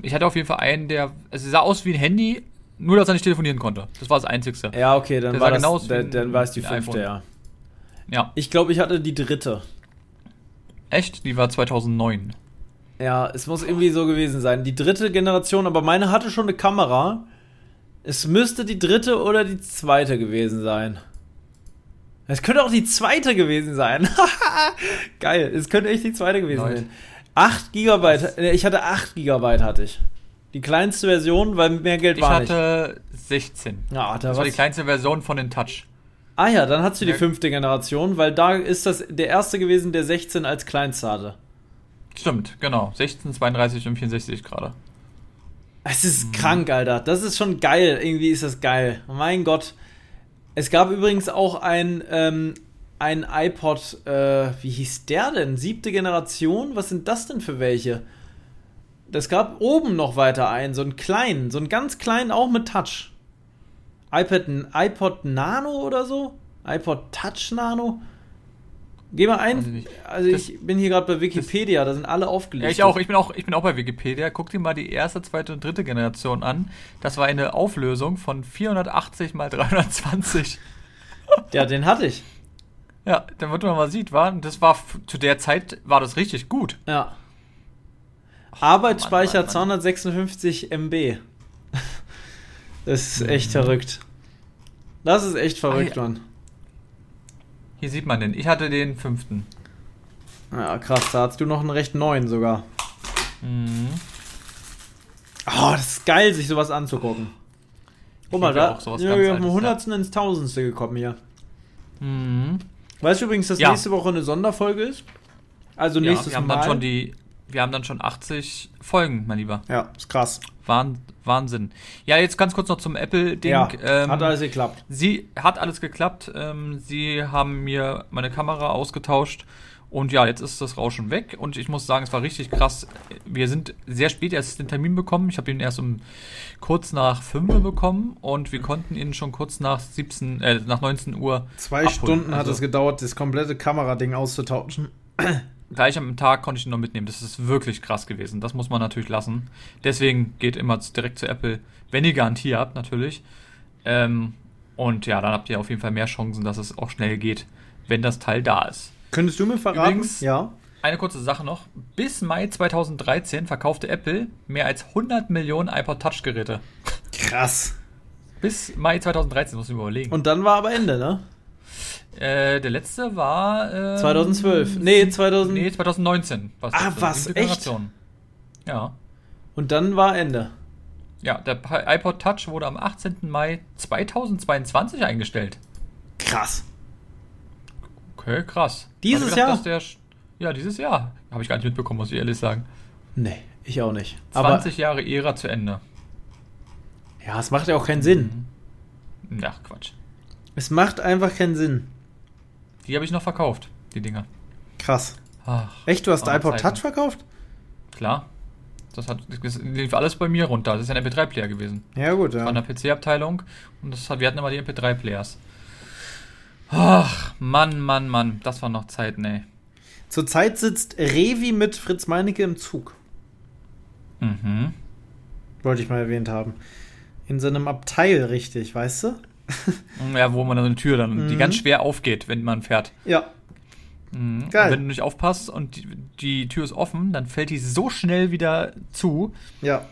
Ich hatte auf jeden Fall einen, der. Es sah aus wie ein Handy, nur dass er nicht telefonieren konnte. Das war das Einzigste. Ja, okay, dann Der war sah das, genau aus wie der, ein- dann war es die ein fünfte, iPhone. ja. ja. Ich glaube, ich hatte die dritte. Echt? Die war 2009. Ja, es muss irgendwie so gewesen sein. Die dritte Generation, aber meine hatte schon eine Kamera. Es müsste die dritte oder die zweite gewesen sein. Es könnte auch die zweite gewesen sein. Geil, es könnte echt die zweite gewesen Leute. sein. 8 Gigabyte, äh, ich hatte 8 Gigabyte hatte ich. Die kleinste Version, weil mehr Geld Ich war hatte 16. nicht. Ja, da Das war die war's. kleinste Version von den Touch. ah ja, dann hast du die Ja. fünfte Generation, weil da ist das der erste gewesen, der 16 als kleinste hatte. Stimmt, genau. 16, 32 und 64 gerade. Es ist Mhm. krank, Alter. Das ist schon geil. Irgendwie ist das geil. Mein Gott. Es gab übrigens auch ein, ähm, ein iPod, äh, wie hieß der denn? Siebte Generation? Was sind das denn für welche? Das gab oben noch weiter einen, so einen kleinen, so einen ganz kleinen, auch mit Touch. iPad, iPod Nano oder so? iPod Touch Nano? Geh mal Weiß ich ein. nicht. Also Das- ich bin hier gerade bei Wikipedia, da sind alle Ja, aufgelistet. ich auch. Ich bin auch, ich bin auch bei Wikipedia. Guck dir mal die erste, zweite und dritte Generation an. Das war eine Auflösung von 480 mal 320. Ja, den hatte ich. Ja, damit man mal sieht, war, das war, f- zu der Zeit war das richtig gut. Ja. Arbeitsspeicher Mann, Mann, 256 MB. Das ist echt verrückt. Das ist echt verrückt, Ah, Mann. Hier sieht man den. Ich hatte den fünften. Ja, krass, da hast du noch einen recht neuen sogar. Mhm. Oh, das ist geil, sich sowas anzugucken. Guck mal, liebe ja da auch sind sowas wir ganz haben vom Altes, ja. Hundertsten ins Tausendste gekommen hier. Mhm. Weißt du übrigens, dass Ja. nächste Woche eine Sonderfolge ist? Also Ja, nächstes wir haben Mal. dann schon die, wir haben dann schon 80 Folgen, mein Lieber. ja, ist krass. Wahn, Wahnsinn. Ja, jetzt ganz kurz noch zum Apple-Ding. Ja, ähm, hat also- alles geklappt. Sie hat alles geklappt. Ähm, sie haben mir meine Kamera ausgetauscht. Und ja, jetzt ist das Rauschen weg. Und ich muss sagen, es war richtig krass. Wir sind sehr spät erst den Termin bekommen. Ich habe ihn erst um kurz nach 5 Uhr bekommen. Und wir konnten ihn schon kurz nach 17, äh, nach 19 Uhr. Zwei abholen. Stunden hat Also- es gedauert, das komplette Kamerading auszutauschen. Gleich am Tag konnte ich ihn noch mitnehmen. Das ist wirklich krass gewesen. Das muss man natürlich lassen. Deswegen geht immer zu- direkt zu Apple, wenn ihr Garantie habt, natürlich. Ähm, und ja, dann habt ihr auf jeden Fall mehr Chancen, dass es auch schnell geht, wenn das Teil da ist. Könntest du mir verraten? Übrigens- ja. Eine kurze Sache noch. Bis Mai 2013 verkaufte Apple mehr als 100 Millionen iPod Touch-Geräte. Krass. Bis Mai 2013, muss ich mir überlegen. Und dann war aber Ende, ne? äh, der letzte war. ähm, 2012. Nee, 2000. Nee, 2019. war es Ah, letzte. was? Siebte Echt? Generation. Ja. Und dann war Ende. Ja, der Pa- iPod Touch wurde am 18. Mai 2022 eingestellt. Krass. Okay, krass. Dieses Hab ich Jahr? dass der sch- ja, dieses Jahr. Habe ich gar nicht mitbekommen, muss ich ehrlich sagen. Nee, ich auch nicht. 20 Jahre Ära zu Ende. Aber ja, es macht ja auch keinen Sinn. Mhm. Ach, Quatsch. Es macht einfach keinen Sinn. Die habe ich noch verkauft, die Dinger. Krass. Ach, Echt, du hast arme iPod Zeiten. Touch verkauft? Klar. Das, hat, das lief alles bei mir runter. Das ist ja ein MP3-Player gewesen. Ja, gut, ja. War in der PC-Abteilung und das hat, wir hatten immer die MP3-Players. Ach, Mann, Mann, Mann. Das waren noch Zeiten, ey. Zurzeit sitzt Revi mit Fritz Meinecke im Zug. Mhm. Wollte ich mal erwähnt haben. In seinem Abteil, richtig, weißt du? Ja, wo man dann eine Tür dann, die Mhm. ganz schwer aufgeht, wenn man fährt. Ja. Mhm. Geil. Und wenn du nicht aufpasst und die, die Tür ist offen, dann fällt die so schnell wieder zu. Ja.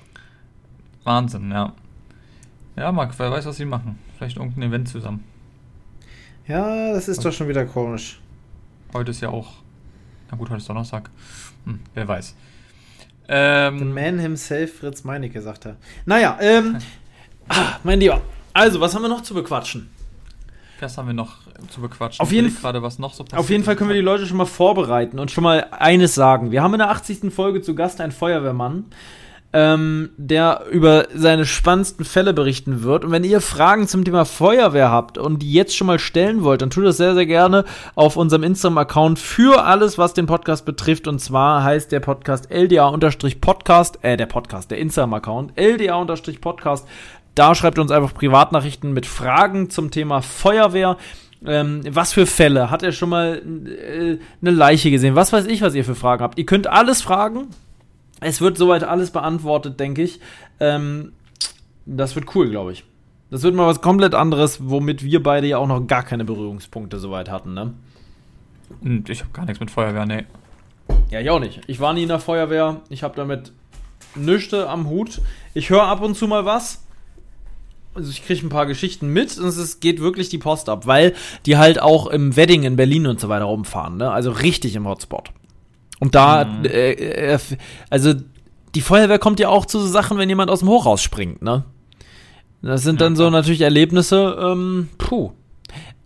Wahnsinn, ja. Ja, Marc, wer weiß, was sie machen. Vielleicht irgendein Event zusammen. Ja, das ist doch schon wieder komisch. Heute ist ja auch. Na gut, heute ist Donnerstag. Hm, wer weiß. The Ähm, man himself, Fritz Meinecke, sagt er. Naja, ähm. ah, mein Lieber. Also, was haben wir noch zu bequatschen? was haben wir noch zu bequatschen? Auf Ich jeden überleg gerade, was noch so passiert. Auf jeden Fall können wir die Leute schon mal vorbereiten und schon mal eines sagen. Wir haben in der 80. Folge zu Gast einen Feuerwehrmann, ähm, der über seine spannendsten Fälle berichten wird. Und wenn ihr Fragen zum Thema Feuerwehr habt und die jetzt schon mal stellen wollt, dann tut das sehr, sehr gerne auf unserem Instagram-Account für alles, was den Podcast betrifft. Und zwar heißt der Podcast LDA-Podcast, äh, der Podcast, der Instagram-Account LDA-Podcast. Da schreibt uns einfach Privatnachrichten mit Fragen zum Thema Feuerwehr. Ähm, was für Fälle? Hat er schon mal äh, eine Leiche gesehen? Was weiß ich, was ihr für Fragen habt? Ihr könnt alles fragen. Es wird soweit alles beantwortet, denke ich. Ähm, das wird cool, glaube ich. Das wird mal was komplett anderes, womit wir beide ja auch noch gar keine Berührungspunkte soweit hatten, ne? Hm, Ich habe gar nichts mit Feuerwehr, nee. Ja, ich auch nicht. Ich war nie in der Feuerwehr. Ich habe damit nüchte am Hut. Ich höre ab und zu mal was. Also ich kriege ein paar Geschichten mit und es ist, geht wirklich die Post ab, weil die halt auch im Wedding in Berlin und so weiter rumfahren. Ne? Also richtig im Hotspot. Und da, Mhm. äh, äh, also die Feuerwehr kommt ja auch zu so Sachen, wenn jemand aus dem Hochhaus springt. Ne? Das sind dann Ja, so klar. natürlich Erlebnisse. Ähm, puh.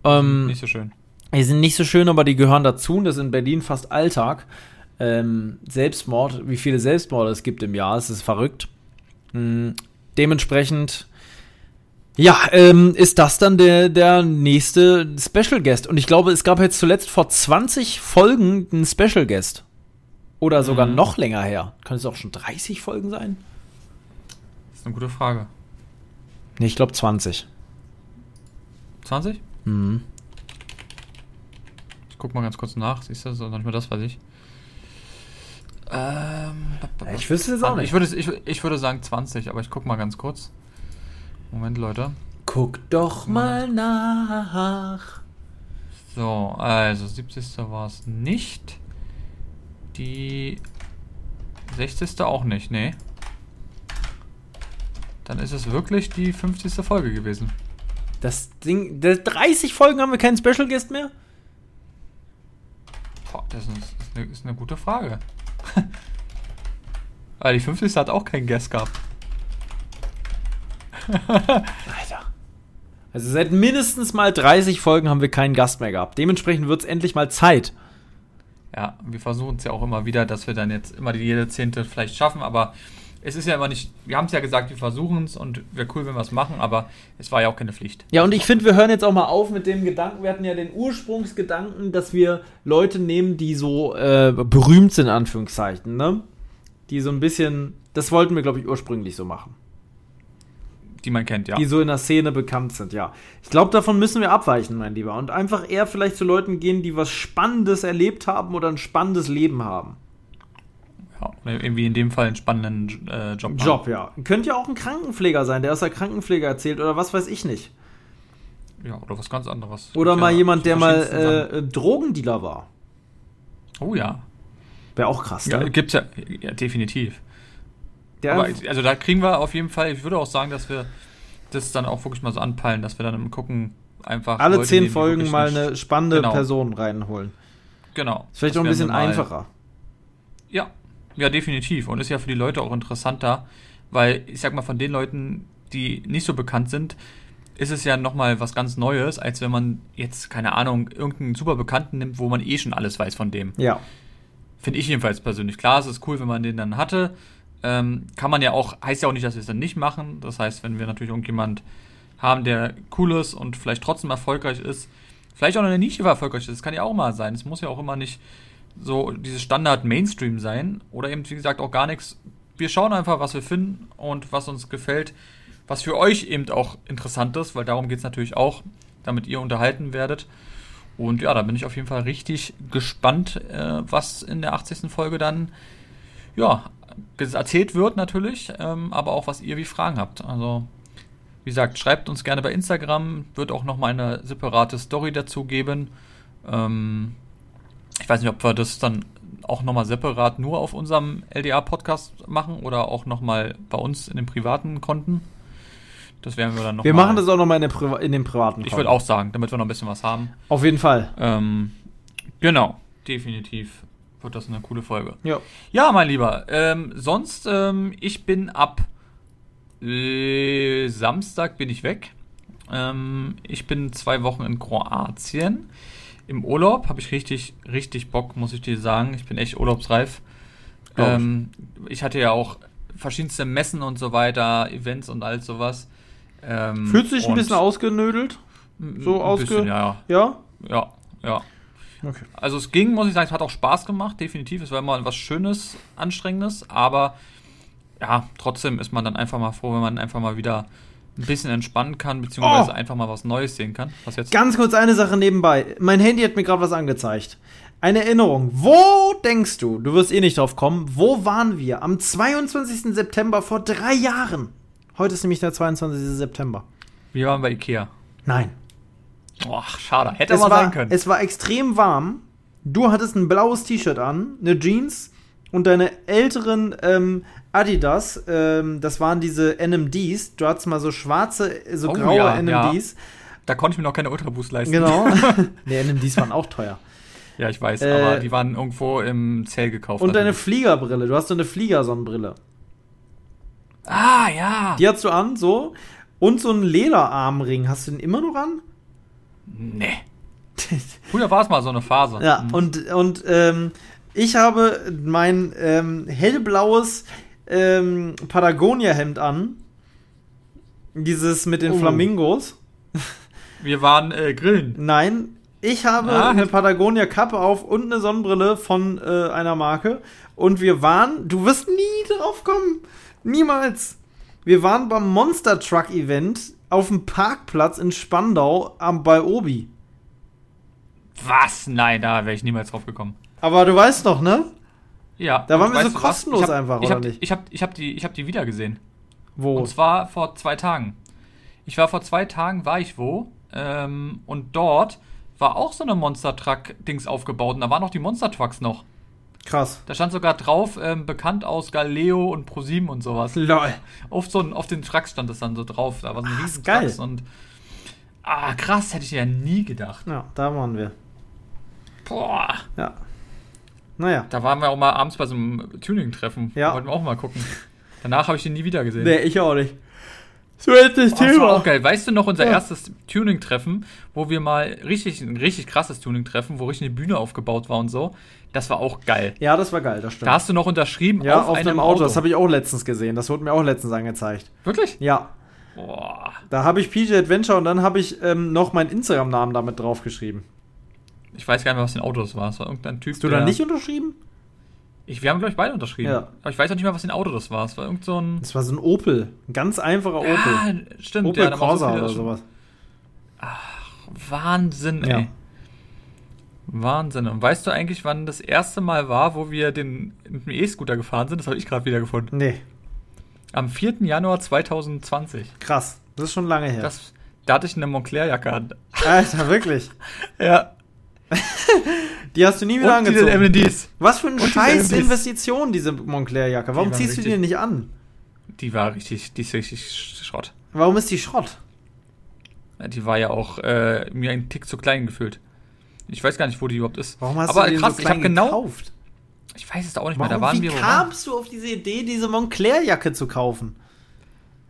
Ähm, Nicht so schön. die sind nicht so schön, aber die gehören dazu. Und das ist in Berlin fast Alltag. Ähm, Selbstmord, wie viele Selbstmorde es gibt im Jahr, es ist verrückt. Mm, Dementsprechend, ja, ähm, ist das dann der, der nächste Special Guest. Und ich glaube, es gab jetzt zuletzt vor 20 Folgen einen Special Guest. Oder sogar Mhm. noch länger her. Kann es auch schon 30 Folgen sein? Das ist eine gute Frage. Nee, ich glaube 20. 20? Mhm. Ich guck mal ganz kurz nach. Siehst du, so manchmal das weiß ich. Ähm, Ich wüsste es auch nicht. Ich würde, ich, ich würde sagen 20, aber ich guck mal ganz kurz. Moment, Leute. Guck doch mal nach. So, also 70. war es nicht. Die 60. auch nicht, nee. Dann ist es wirklich die 50. Folge gewesen. Das Ding, das 30 Folgen haben wir keinen Special Guest mehr? Boah, das ist, das ist, eine, ist eine gute Frage. Aber die 50. hat auch keinen Guest gehabt. Alter. Also seit mindestens mal 30 Folgen haben wir keinen Gast mehr gehabt. Dementsprechend wird es endlich mal Zeit. Ja, wir versuchen es ja auch immer wieder, dass wir dann jetzt immer die jede Zehnte vielleicht schaffen, aber es ist ja immer nicht, wir haben es ja gesagt, wir versuchen es und wäre cool, wenn wir es machen, aber es war ja auch keine Pflicht. Ja, und ich finde, wir hören jetzt auch mal auf mit dem Gedanken, wir hatten ja den Ursprungsgedanken, dass wir Leute nehmen, die so äh, berühmt sind, in Anführungszeichen, ne? Die so ein bisschen, das wollten wir, glaube ich, ursprünglich so machen. Die man kennt, ja. die so in der Szene bekannt sind, ja. Ich glaube, davon müssen wir abweichen, mein Lieber. Und einfach eher vielleicht zu Leuten gehen, die was Spannendes erlebt haben oder ein spannendes Leben haben. ja. oder Irgendwie in dem Fall einen spannenden äh, Job. machen. Job, ja. Könnte ja auch ein Krankenpfleger sein, der aus der Krankenpflege erzählt oder was weiß ich nicht. Ja, oder was ganz anderes. Oder Ja, mal jemand, die der mal verschiedensten Sachen. äh, äh, Drogendealer war. Oh ja. Wäre auch krass, ja. ne? Gibt's ja, ja definitiv. Der, Aber also da kriegen wir auf jeden Fall, ich würde auch sagen, dass wir das dann auch wirklich mal so anpeilen, dass wir dann gucken, einfach. alle Leute, zehn die Folgen wirklich mal nicht- eine spannende Genau. Person reinholen. Genau. Ist vielleicht Das auch ein werden wir bisschen mal- einfacher. Ja, ja, definitiv. Und ist ja für die Leute auch interessanter, weil ich sag mal, von den Leuten, die nicht so bekannt sind, ist es ja nochmal was ganz Neues, als wenn man jetzt, keine Ahnung, irgendeinen super Bekannten nimmt, wo man eh schon alles weiß von dem. Ja. Finde ich jedenfalls persönlich. Klar, es ist cool, wenn man den dann hatte. Ähm, kann man ja auch, heißt ja auch nicht, dass wir es dann nicht machen. Das heißt, wenn wir natürlich irgendjemand haben, der cool ist und vielleicht trotzdem erfolgreich ist, vielleicht auch in der Nische erfolgreich ist, das kann ja auch mal sein. Es muss ja auch immer nicht so dieses Standard-Mainstream sein oder eben, wie gesagt, auch gar nichts. Wir schauen einfach, was wir finden und was uns gefällt, was für euch eben auch interessant ist, weil darum geht es natürlich auch, damit ihr unterhalten werdet. Und ja, da bin ich auf jeden Fall richtig gespannt, äh, was in der 80. Folge dann ja, erzählt wird natürlich, ähm, aber auch was ihr wie Fragen habt. Also, wie gesagt, schreibt uns gerne bei Instagram, wird auch nochmal eine separate Story dazu geben. Ähm, ich weiß nicht, ob wir das dann auch nochmal separat nur auf unserem LDA-Podcast machen oder auch nochmal bei uns in den privaten Konten. Das werden wir dann noch. Wir machen das auch nochmal in, Priva in den privaten. Ich würde auch sagen, damit wir noch ein bisschen was haben. Auf jeden Fall. Ähm, genau, definitiv wird das eine coole Folge. Ja. Ja, mein Lieber. Ähm, sonst, ähm, ich bin ab äh, Samstag bin ich weg. Ähm, ich bin zwei Wochen in Kroatien im Urlaub. Habe ich richtig, richtig Bock, muss ich dir sagen. Ich bin echt urlaubsreif. Ähm, ich hatte ja auch verschiedenste Messen und so weiter, Events und all sowas. Ähm, Fühlt sich ein bisschen ausgenödelt? So ausge... Bisschen, ja, ja. Ja? Ja, ja. Okay. Also es ging, muss ich sagen, es hat auch Spaß gemacht, definitiv. Es war immer was Schönes, Anstrengendes, aber ja, trotzdem ist man dann einfach mal froh, wenn man einfach mal wieder ein bisschen entspannen kann, beziehungsweise oh. einfach mal was Neues sehen kann. Was jetzt? Ganz kurz eine Sache nebenbei. Mein Handy hat mir gerade was angezeigt. Eine Erinnerung. Wo denkst du, du wirst eh nicht drauf kommen, wo waren wir am 22. September vor drei Jahren? Heute ist nämlich der 22. September. Wir waren bei Ikea. Nein. Boah, schade. Hätte es aber war, sein können. Es war extrem warm. Du hattest ein blaues T-Shirt an, eine Jeans und deine älteren ähm, Adidas, ähm, das waren diese NMDs. Du hattest mal so schwarze, so oh, graue ja, NMDs. Ja. Da konnte ich mir noch keine Ultraboost leisten. Genau. Die NMDs waren auch teuer. Ja, ich weiß, äh, aber die waren irgendwo im Zell gekauft. Also Und deine Fliegerbrille. Du hast so eine Fliegersonnenbrille. Ah, ja. Die hast du an, so. Und so einen Lederarmring. Hast du den immer noch an? Nee. Früher war es mal so eine Phase. Ja, mhm. und, und ähm, ich habe mein ähm, hellblaues ähm, Patagonia-Hemd an. Dieses mit den oh. Flamingos. Wir waren äh, grillen. Nein, ich habe ah, eine Patagonia-Kappe auf und eine Sonnenbrille von äh, einer Marke. Und wir waren, du wirst nie drauf kommen. Niemals. Wir waren beim Monster Truck Event auf dem Parkplatz in Spandau am, bei Obi. Was? Nein, da wäre ich niemals drauf gekommen. Aber du weißt noch, ne? Ja. Da waren wir so kostenlos hab, einfach, ich hab, oder nicht? Ich habe ich hab die, ich hab die wiedergesehen. Wo? Und zwar vor zwei Tagen. Ich war vor zwei Tagen, war ich wo? Ähm, und dort war auch so eine Monster Truck-Dings aufgebaut und da waren noch die Monster Trucks noch. Krass. Da stand sogar drauf, ähm, bekannt aus Galileo und ProSieben und sowas. Lol. Auf, so, auf den Trucks stand das dann so drauf. Da war so ein Ach, riesen geil. Trucks und. Ah, krass, hätte ich ja nie gedacht. Ja, da waren wir. Boah. Ja. Naja. Da waren wir auch mal abends bei so einem Tuning-Treffen. Ja. Wollten wir auch mal gucken. Danach habe ich den nie wieder gesehen. Nee, ich auch nicht. So ist Oh, das Boah, Thema. Das war auch geil. Weißt du noch unser ja. erstes Tuning-Treffen, wo wir mal richtig, ein richtig krasses Tuning-Treffen, wo richtig eine Bühne aufgebaut war und so? Das war auch geil. Ja, das war geil, das stimmt. Da hast du noch unterschrieben ja, auf, auf einem, einem Auto. Auto. Das habe ich auch letztens gesehen. Das wurde mir auch letztens angezeigt. Wirklich? Ja. Boah. Da habe ich PJ Adventure und dann habe ich ähm, noch meinen Instagram-Namen damit draufgeschrieben. Ich weiß gar nicht mehr, was für ein Auto das war. Es war irgendein Typ. Hast du da nicht unterschrieben? Ich, wir haben, glaube ich, beide unterschrieben. Ja. Aber ich weiß auch nicht mehr, was für ein Auto das war. Es war irgend so ein. Es war so ein Opel. Ein ganz einfacher Opel. Ah, stimmt. Opel ja, Corsa so oder sowas. Ach, Wahnsinn, ey. Ja. Wahnsinn. Und weißt du eigentlich, wann das erste Mal war, wo wir den, mit dem E-Scooter gefahren sind? Das habe ich gerade wieder gefunden. Nee. Am 4. Januar 2020. Krass. Das ist schon lange her. Das, da hatte ich eine Montclair-Jacke an. Alter, wirklich? ja. die hast du nie wieder und angezogen. Die MDs. Was für eine scheiß die Investition, diese Montclair-Jacke. Warum ziehst richtig, du die nicht an? Die war richtig, die ist richtig Schrott. Warum ist die Schrott? Ja, die war ja auch äh, mir einen Tick zu klein gefühlt. Ich weiß gar nicht, wo die überhaupt ist. Warum hast Aber du die krass, so ich habe genau. Gekauft? Ich weiß es auch nicht Warum, mehr. Da waren wie wir. Wie kamst du auf diese Idee, diese Montclair-Jacke zu kaufen?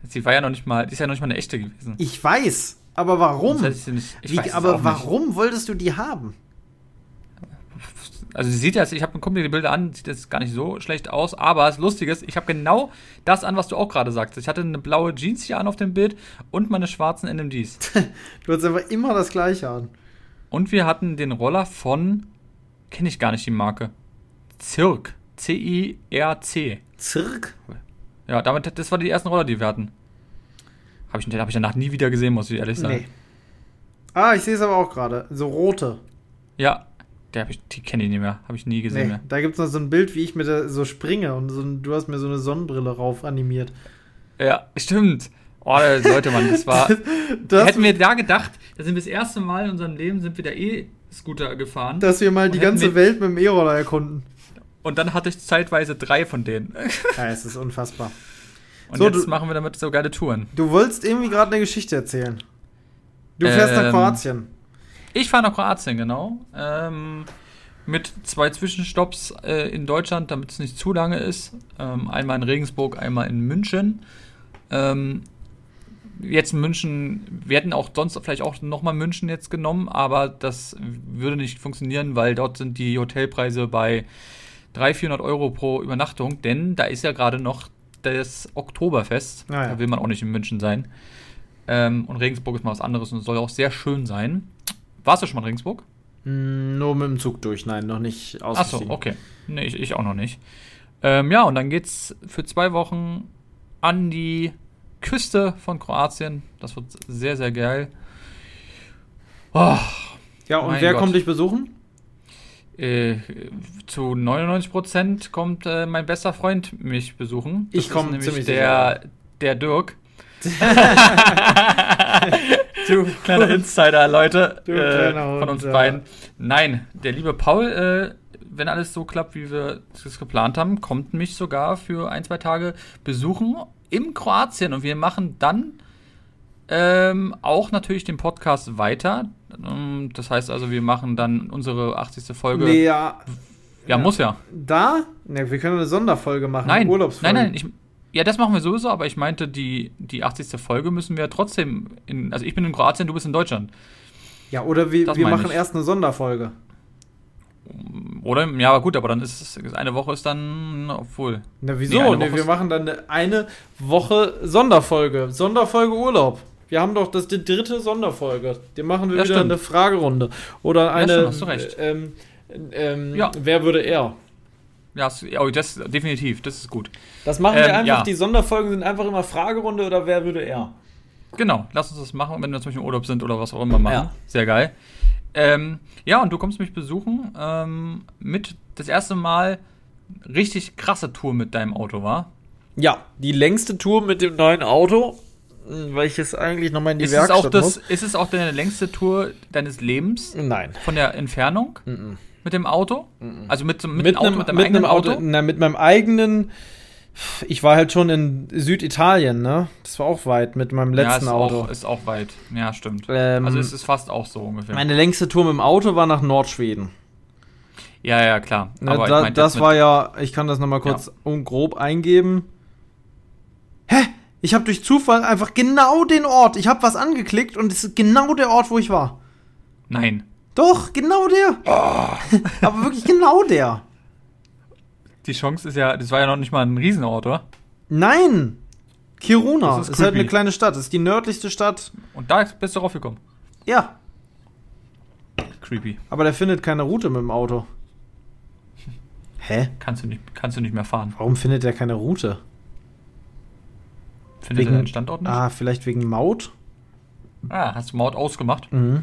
ne? Sie war ja noch nicht mal, die ist ja noch nicht mal eine echte gewesen. Ich weiß, aber warum? Das heißt, ich, ich wie, weiß es auch aber nicht. warum wolltest du die haben? Also sie sieht ja, ich habe mir die Bilder an, sieht jetzt gar nicht so schlecht aus, aber das Lustige ist, ich habe genau das an, was du auch gerade sagst. Ich hatte eine blaue Jeans hier an auf dem Bild und meine schwarzen NMDs. du hattest einfach immer das gleiche an. Und wir hatten den Roller von Kenne ich gar nicht die Marke. Zirk. C-I-R-C. Zirk? Ja, damit, das war die ersten Roller, die wir hatten. Habe ich, hab ich danach nie wieder gesehen, muss ich ehrlich sagen. Nee. Ah, ich sehe es aber auch gerade. So rote. Ja, der hab ich, die kenne ich nicht mehr. Habe ich nie gesehen Nee, mehr. da gibt es noch so ein Bild, wie ich mit der, so springe und so, ein- du hast mir so eine Sonnenbrille rauf animiert. Ja, stimmt. Oh, Leute, Mann, das war. Das, hätten wir da gedacht, da sind wir das erste Mal in unserem Leben sind wir da E-Scooter gefahren. dass wir mal die hätten ganze wir- Welt mit dem E-Roller erkunden. und dann hatte ich zeitweise drei von denen. Ja, es ist unfassbar. Und So, jetzt du- machen wir damit so geile Touren. Du wolltest irgendwie gerade eine Geschichte erzählen. Du fährst nach Ähm, Kroatien. Ich fahre nach Kroatien, genau. Ähm, mit zwei Zwischenstopps äh, in Deutschland, damit es nicht zu lange ist. Ähm, einmal in Regensburg, einmal in München. Ähm, jetzt in München, wir hätten auch sonst vielleicht auch nochmal München jetzt genommen, aber das würde nicht funktionieren, weil dort sind die Hotelpreise bei 300, 400 Euro pro Übernachtung, denn da ist ja gerade noch das Oktoberfest. Ah ja. Da will man auch nicht in München sein. Ähm, und Regensburg ist mal was anderes und soll auch sehr schön sein. Warst du schon mal in Regensburg? mm, Hm, Nur mit dem Zug durch, nein, noch nicht Achso, ausgestiegen. okay. Nee, ich, ich auch noch nicht. Ähm, ja, und dann geht's für zwei Wochen an die Küste von Kroatien. Das wird sehr, sehr geil. Oh, Ja, und Mein wer Gott. kommt dich besuchen? äh, zu 99% kommt äh, mein bester Freund mich besuchen. Ich komm nämlich ziemlich der, der Dirk. du kleiner Insider, Leute. Du äh, kleiner Hund, von uns ja. beiden. Nein, der liebe Paul, äh, wenn alles so klappt, wie wir es geplant haben, kommt mich sogar für ein, zwei Tage besuchen im Kroatien. Und wir machen dann ähm, auch natürlich den Podcast weiter. Ähm, Das heißt also, wir machen dann unsere 80. Folge. Nee, ja, ja, muss ja. da? Ne, wir können eine Sonderfolge machen. Nein, eine Urlaubsfolge. nein, nein. Ich, ja, das machen wir sowieso, aber ich meinte, die, die 80. Folge müssen wir trotzdem in. Also ich bin in Kroatien, du bist in Deutschland. Ja, oder wir, Das wir meine machen ich. erst eine Sonderfolge. Oder? Ja, aber gut, aber dann ist es. Eine Woche ist dann. Obwohl. Na, wieso? Nee, eine nee, Woche wir ist- machen dann eine- eine Woche Sonderfolge. Sonderfolge Urlaub. Wir haben doch das die dritte Sonderfolge. Die machen wir Ja, wieder stimmt. eine Fragerunde. Oder eine. stimmt, hast du recht. Ähm, ähm, Ja. Wer würde er? Ja, es- ja, das definitiv, das ist gut. Das machen wir Ähm, einfach. ja. Die Sonderfolgen sind einfach immer Fragerunde oder wer würde er? Genau, lass uns das machen, und wenn wir zum Beispiel im Urlaub sind oder was auch immer machen. Ja. Sehr geil. Ähm, ja, und du kommst mich besuchen ähm, mit das erste Mal richtig krasse Tour mit deinem Auto, war? Ja, die längste Tour mit dem neuen Auto, mh, weil ich es eigentlich nochmal in die Ist es, Werkstatt auch das, muss. ist es auch deine längste Tour deines Lebens Nein. von der Entfernung mit dem Auto? Also mit, so- mit, Mit dem Auto, einem, mit deinem mit einem eigenen Auto, Na, mit meinem eigenen. Ich war halt schon in Süditalien, ne? Das war auch weit mit meinem ja, letzten ist Auto. auch, ist auch weit. Ja, stimmt. Ähm, also es ist fast auch so ungefähr. Meine längste Tour mit dem Auto war nach Nordschweden. ja, ja, klar. Ne, ich da, meinte jetzt das mit- war ja, ich kann das nochmal kurz und grob eingeben. Hä? Ich habe durch Zufall einfach genau den Ort, ich habe was angeklickt und es ist genau der Ort, wo ich war. Nein. Doch, genau der. Aber wirklich genau der. Die Chance ist ja, das war ja noch nicht mal ein Riesenort, oder? Nein. Kiruna Das ist, ist halt creepy. eine kleine Stadt, ist die nördlichste Stadt. Und da bist du raufgekommen. Ja, Creepy. aber der findet keine Route mit dem Auto. Hä? Kannst du nicht, kannst du nicht mehr fahren. Warum findet er keine Route? Findet Wegen- er deinen Standort nicht? Ah. Ah, vielleicht wegen Maut? hast du Maut ausgemacht? Mhm.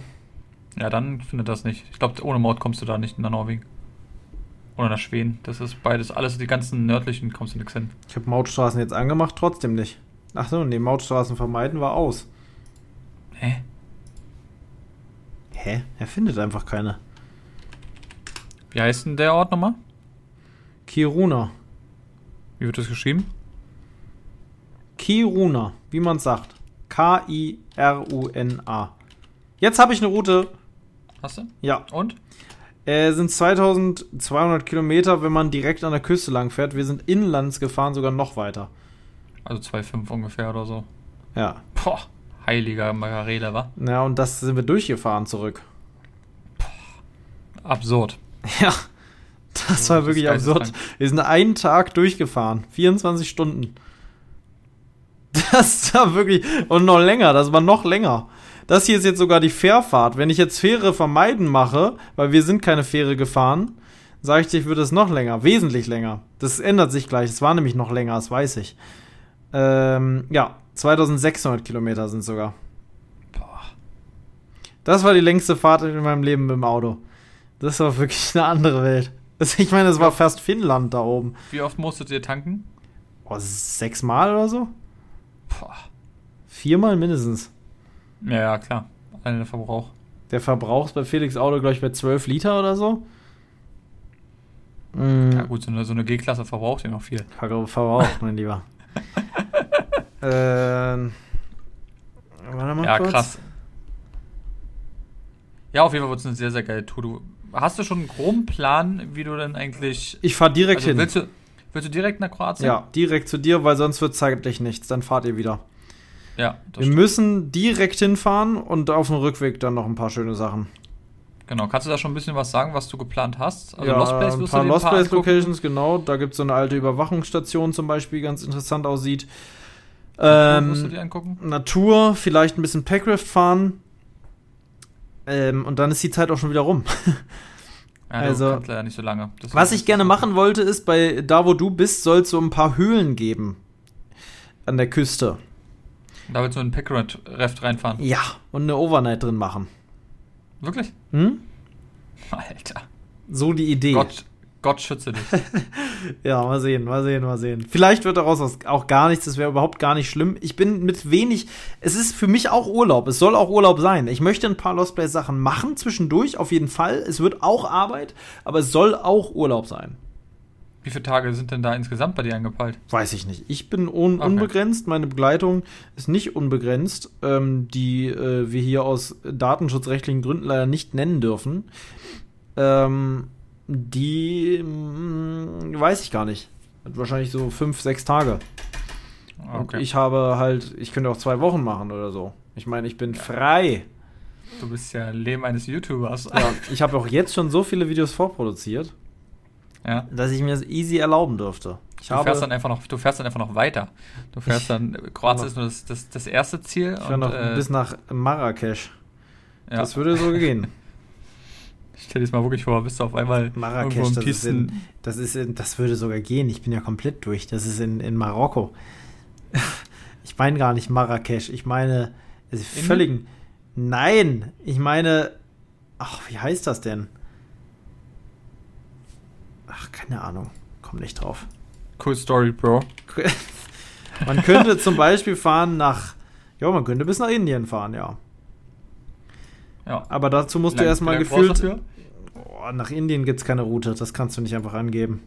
Ja, dann findet das nicht. Ich glaube, ohne Maut kommst du da nicht nach Norwegen. Oder nach Schweden. Das ist beides, alles, die ganzen nördlichen kommst du nix hin. Ich habe Mautstraßen jetzt angemacht, trotzdem nicht. Ach so, nee, Mautstraßen vermeiden war aus. Hä? Hä? Er findet einfach keine. Wie heißt denn der Ort nochmal? Kiruna. Wie wird das geschrieben? Kiruna, wie man sagt. K-I-R-U-N-A. Jetzt habe ich eine Route. Hast du? Ja, Und? äh, sind 2200 Kilometer, wenn man direkt an der Küste lang fährt. Wir sind inlands gefahren, sogar noch weiter. Also 2,5 ungefähr oder so. Ja, Boah, heiliger Magarela, wa? ja, und das sind wir durchgefahren zurück. Absurd. Ja, das war das wirklich ist absurd. Wir sind einen Tag durchgefahren, 24 Stunden. Das war wirklich, und noch länger, das war noch länger. Das hier ist jetzt sogar die Fährfahrt. Wenn ich jetzt Fähre vermeiden mache, weil wir sind keine Fähre gefahren, sage ich dir, ich würde es noch länger, wesentlich länger. Das ändert sich gleich. Es war nämlich noch länger, das weiß ich. Ähm, ja, 2600 Kilometer sind sogar. Boah. Das war die längste Fahrt in meinem Leben mit dem Auto. Das war wirklich eine andere Welt. Das, ich meine, das war fast Finnland da oben. Wie oft musstet ihr tanken? Oh, sechsmal oder so? Boah. Viermal mindestens. Ja, ja, klar. Allein der Verbrauch. Der Verbrauch ist bei Felix Auto, glaube ich, bei 12 Liter oder so. Hm. Ja, gut, so eine, so eine G-Klasse verbraucht ja noch viel. Verbrauch, Verbrauch, mein Lieber. ähm. Warte mal Ja, kurz. krass. Ja, auf jeden Fall wird es eine sehr, sehr geile Tour. Du, hast du schon einen groben Plan, wie du dann eigentlich. Ich fahre direkt Also hin. willst, du, willst du direkt nach Kroatien? Ja, direkt zu dir, weil sonst wird zeitlich nichts. Dann fahrt ihr wieder. Ja, das Wir stimmt. müssen direkt hinfahren und auf dem Rückweg dann noch ein paar schöne Sachen. Genau. Kannst du da schon ein bisschen was sagen, was du geplant hast? Also ja, Lost Place ein wirst paar du dir ein Lost paar Place angucken? Locations, genau. Da gibt es so eine alte Überwachungsstation zum Beispiel, die ganz interessant aussieht. Ähm, wirst du dir angucken? Natur, vielleicht ein bisschen Packraft fahren. Ähm, und dann ist die Zeit auch schon wieder rum. Ja, also- du kannst leider nicht so lange. Deswegen- Was ich gerne machen wollte, ist bei da, wo du bist, soll es so ein paar Höhlen geben. An der Küste. Da willst du in Packrad-Reft reinfahren. Ja. Und eine Overnight drin machen. Wirklich? Hm? Alter. So die Idee. Gott, Gott schütze dich. Ja, mal sehen, mal sehen, mal sehen. Vielleicht wird daraus was- auch gar nichts, das wäre überhaupt gar nicht schlimm. Ich bin mit wenig, es ist für mich auch Urlaub, es soll auch Urlaub sein. Ich möchte ein paar Lost Place Sachen machen zwischendurch, auf jeden Fall. Es wird auch Arbeit, aber es soll auch Urlaub sein. Wie viele Tage sind denn da insgesamt bei dir angepeilt? Weiß ich nicht. Ich bin un Okay. unbegrenzt, meine Begleitung ist nicht unbegrenzt, ähm, die äh, wir hier aus datenschutzrechtlichen Gründen leider nicht nennen dürfen. Ähm, die mm, weiß ich gar nicht. Hat wahrscheinlich so fünf, sechs Tage. Ah, Und ich habe halt, ich könnte auch zwei Wochen machen oder so. Ich meine, ich bin frei. du bist ja Leben eines YouTubers. Ja, ich habe auch jetzt schon so viele Videos vorproduziert, Ja. dass ich mir das easy erlauben dürfte. Ich Du habe fährst, dann einfach noch, du fährst dann einfach noch weiter. Du fährst dann, Kroatien ist nur das, das, das erste Ziel. ich war noch äh, bis nach Marrakesch. ja. Das würde so gehen. Stell dir das mal wirklich vor, bist du auf einmal irgendwo Marrakesch, im das ist, tiefsten. in, das ist in, das würde sogar gehen. Ich bin ja komplett durch. Das ist in, in Marokko. Ich meine gar nicht Marrakesch. Ich meine, es ist Innen? völligen. Nein, ich meine, ach, wie heißt das denn? Ach, keine Ahnung. Komm nicht drauf. Cool Story, Bro. Man könnte zum Beispiel fahren nach, ja, man könnte bis nach Indien fahren, ja. Ja. Aber dazu musst du Lang- erstmal wie lange brauchst gefühlt. du dafür? Boah, nach Indien gibt es keine Route, das kannst du nicht einfach angeben.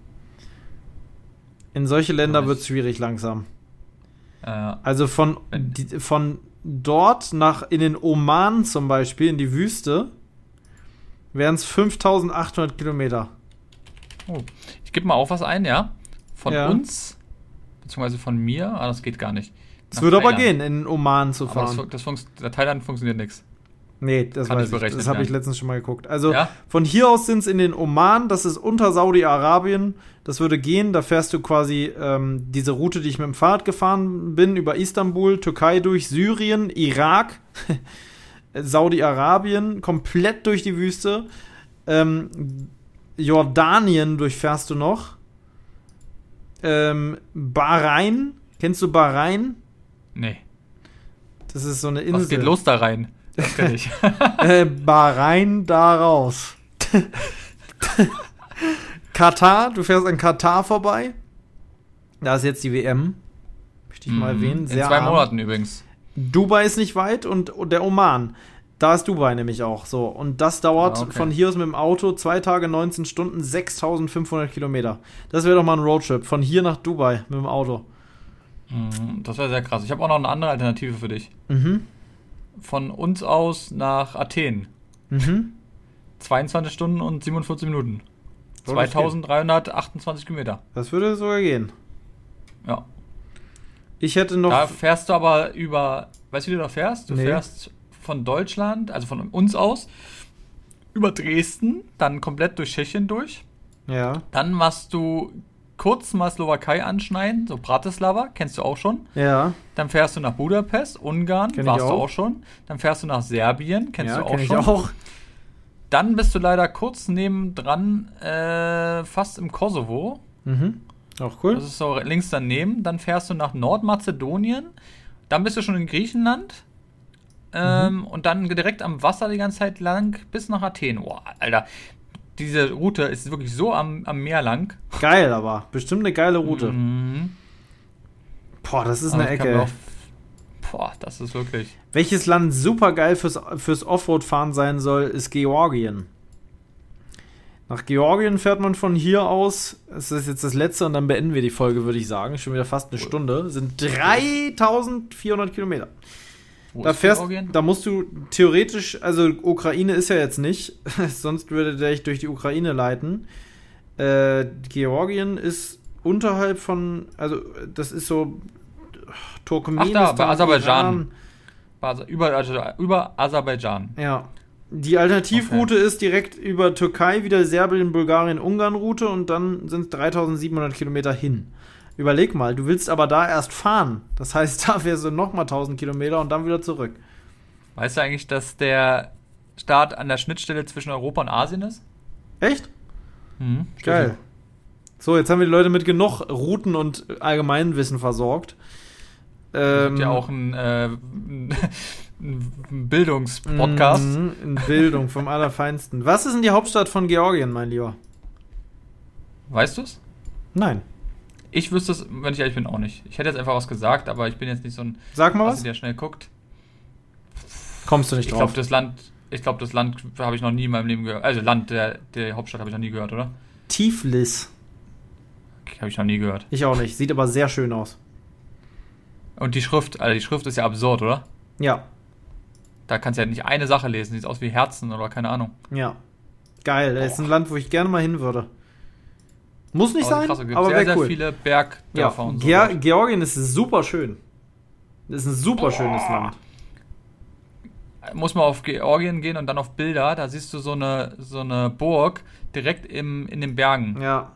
In solche Länder Weiß. wird es schwierig langsam. Äh, Also von, Wenn- die, von dort nach in den Oman zum Beispiel, in die Wüste, wären es 5800 Kilometer. oh. Ich gebe mal auch was ein, ja. Von Ja. uns, beziehungsweise von mir. Ah, das geht gar nicht. Es Nach würde aber Thailand. gehen, in den Oman zu Aber das, fahren. fun- das funkt, der Thailand funktioniert nichts. nee, das kann weiß nicht ich. berechnet Das habe ich werden. letztens schon mal geguckt. Also Ja? von hier aus sind es in den Oman, das ist unter Saudi-Arabien. Das würde gehen, da fährst du quasi ähm, diese Route, die ich mit dem Fahrrad gefahren bin, über Istanbul, Türkei durch, Syrien, Irak, Saudi-Arabien, komplett durch die Wüste. Ähm, Jordanien durchfährst du noch. Ähm, Bahrain, kennst du Bahrain? Nee. Das ist so eine Insel. Was geht los da rein? Das kenn ich. Äh, Bahrain da raus. Katar, du fährst an Katar vorbei. Da ist jetzt die WM. Möchte ich mal erwähnen. Sehr Mhm. Hm, In zwei arm. Monaten übrigens. Dubai ist nicht weit und, und der Oman. Da ist Dubai nämlich auch so. Und das dauert Ah, okay. von hier aus mit dem Auto zwei Tage, 19 Stunden, 6500 Kilometer. Das wäre doch mal ein Roadtrip. Von hier nach Dubai mit dem Auto. Mhm, Das wäre sehr krass. Ich habe auch noch eine andere Alternative für dich. Mhm. Von uns aus nach Athen. Mhm. 22 Stunden und 47 Minuten. So, das geht. 2328 Kilometer. Das würde sogar gehen. Ja. Ich hätte noch. Da fährst du aber über. Weißt du, wie du da fährst? Du Nee. fährst von Deutschland, also von uns aus, über Dresden, dann komplett durch Tschechien durch. ja. Dann machst du kurz mal Slowakei anschneiden, so Bratislava, kennst du auch schon. Ja. Dann fährst du nach Budapest, Ungarn, Kenn ich warst du auch. auch schon. Dann fährst du nach Serbien, kennst ja, du auch kenn ich schon. auch. Dann bist du leider kurz nebendran, äh, fast im Kosovo. Mhm. Auch cool. Das ist so links daneben. Dann fährst du nach Nordmazedonien. Dann bist du schon in Griechenland. Ähm, Mhm. Und dann direkt am Wasser die ganze Zeit lang bis nach Athen. Boah, Alter, diese Route ist wirklich so am, am Meer lang. Geil, aber bestimmt eine geile Route. Mhm. Boah, das ist Also eine ich kann Ecke. mir ey. auch- Boah, das ist wirklich. Welches Land super geil fürs, fürs Offroad-Fahren sein soll, ist Georgien. Nach Georgien fährt man von hier aus. Es ist jetzt das letzte und dann beenden wir die Folge, würde ich sagen. Schon wieder fast eine Stunde. Sind 3400 Kilometer. Wo Da ist fährst, Georgien? da musst du theoretisch, also Ukraine ist ja jetzt nicht, sonst würde der ich durch die Ukraine leiten. Äh, Georgien ist unterhalb von, also das ist so Turkmenistan. Ach da, bei Aserbaidschan. Iran. Bas- Über, Aser- über Aserbaidschan. Ja. Die Alternativroute ist direkt über Türkei, wieder Serbien, Bulgarien, Ungarn Route und dann sind es 3700 Kilometer hin. Überleg mal, du willst aber da erst fahren. Das heißt, da wärst du nochmal 1000 Kilometer und dann wieder zurück. Weißt du eigentlich, dass der Staat an der Schnittstelle zwischen Europa und Asien ist? Echt? Mhm, steht Geil. So, jetzt haben wir die Leute mit genug Routen und Allgemeinwissen versorgt. hier. Ähm, Gibt ja auch einen, äh, einen Bildungspodcast. mhm, in Bildung vom Allerfeinsten. Was ist denn die Hauptstadt von Georgien, mein Lieber? Weißt du es? Nein. Ich wüsste es, wenn ich ehrlich bin, auch nicht. Ich hätte jetzt einfach was gesagt, aber ich bin jetzt nicht so ein Sag mal Assi, was. der schnell guckt. Kommst du nicht Also Ich glaube, drauf? das Land, ich glaube, das Land habe ich noch nie in meinem Leben gehört. Also Land, der, der Hauptstadt habe ich noch nie gehört, oder? Tiflis. Habe ich noch nie gehört. Ich auch nicht. Sieht aber sehr schön aus. Und die Schrift, also die Schrift ist ja absurd, oder? Ja, Da kannst du ja nicht eine Sache lesen, sieht aus wie Herzen oder keine Ahnung. ja. Geil. Das ist ein Land, wo ich gerne mal hin würde. Muss nicht aber sein, krass, da gibt's aber sehr, wäre sehr cool. viele Bergdörfer ja. und so. Ger Georgien ist super schön. Das ist ein super schönes Land. muss man auf Georgien gehen und dann auf Bilder, da siehst du so eine, so eine Burg direkt im, in den Bergen. Ja,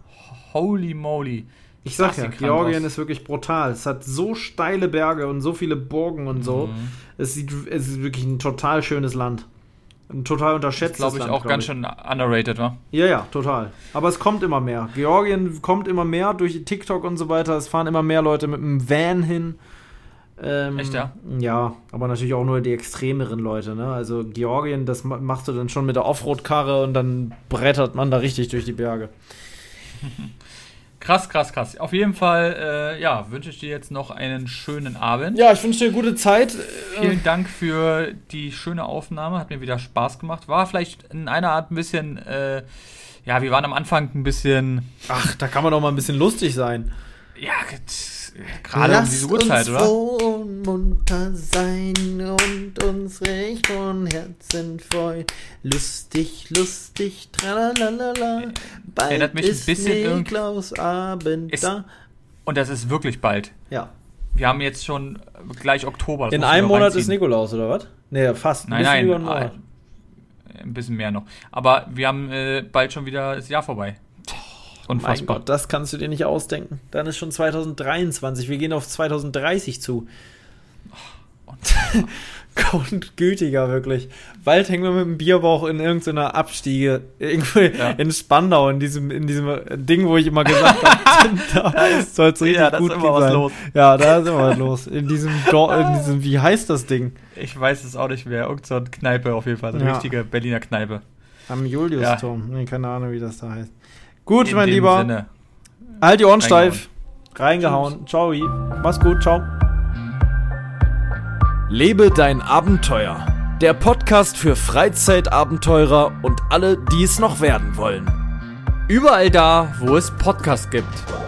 Holy moly. Ich sag Krass, ja, sieht krank Georgien aus. ist wirklich brutal. Es hat so steile Berge und so viele Burgen und so. Mhm. Es, sieht, es ist wirklich ein total schönes Land. Ein total Das unterschätztes glaube ich Land. auch glaub ganz ich. schön underrated, wa? Ja, ja, total. Aber es kommt immer mehr. Georgien kommt immer mehr durch TikTok und so weiter. Es fahren immer mehr Leute mit einem Van hin. Ähm, Echt, ja? Ja, aber natürlich auch nur die extremeren Leute. Ne? Also Georgien, das ma- machst du dann schon mit der Offroad-Karre und dann brettert man da richtig durch die Berge. Krass, krass, krass. Auf jeden Fall, äh, ja, wünsche ich dir jetzt noch einen schönen Abend. Ja, ich wünsche dir gute Zeit. Vielen Dank für die schöne Aufnahme. Hat mir wieder Spaß gemacht. War vielleicht in einer Art ein bisschen, äh, ja, wir waren am Anfang ein bisschen, Ach, da kann man doch mal ein bisschen lustig sein. ja, tsch, gerade um diese Uhrzeit, oder? froh und munter sein und uns recht von Herzen freuen. Lustig, lustig, tralalala. Bald Erinnert mich ein bisschen irgend- Abend Ist- Und das ist wirklich bald. Ja. Wir haben jetzt schon äh, gleich Oktober. das In muss man einem noch Monat reinziehen. ist Nikolaus, oder was? Nee, fast. Nein, nein, über einen Monat. äh, ein bisschen mehr noch. Aber wir haben äh, bald schon wieder das Jahr vorbei. Mein Unfassbar. Gott, das kannst du dir nicht ausdenken. Dann ist schon 2023. Wir gehen auf 2030 zu. Oh, Gott, gütiger, wirklich. Bald hängen wir mit dem Bierbauch in irgendeiner Abstiege. Irgendwo Ja. in Spandau, in diesem, in diesem äh, Ding, wo ich immer gesagt habe, da soll es richtig ja, da ist gut immer was sein. los. Ja, da ist immer was los. In diesem, Dor in diesem, wie heißt das Ding? Ich weiß es auch nicht mehr. Irgend so eine Kneipe auf jeden Fall. So eine Ja. richtige Berliner Kneipe. Am Juliusturm. Nee, keine Ahnung, wie das da heißt. Gut, In mein dem Lieber. Sinne. Halt die Ohren Reingehauen. steif. Reingehauen. Ciao. Mach's gut. Ciao. Lebe dein Abenteuer. Der Podcast für Freizeitabenteurer und alle, die es noch werden wollen. Überall da, wo es Podcasts gibt.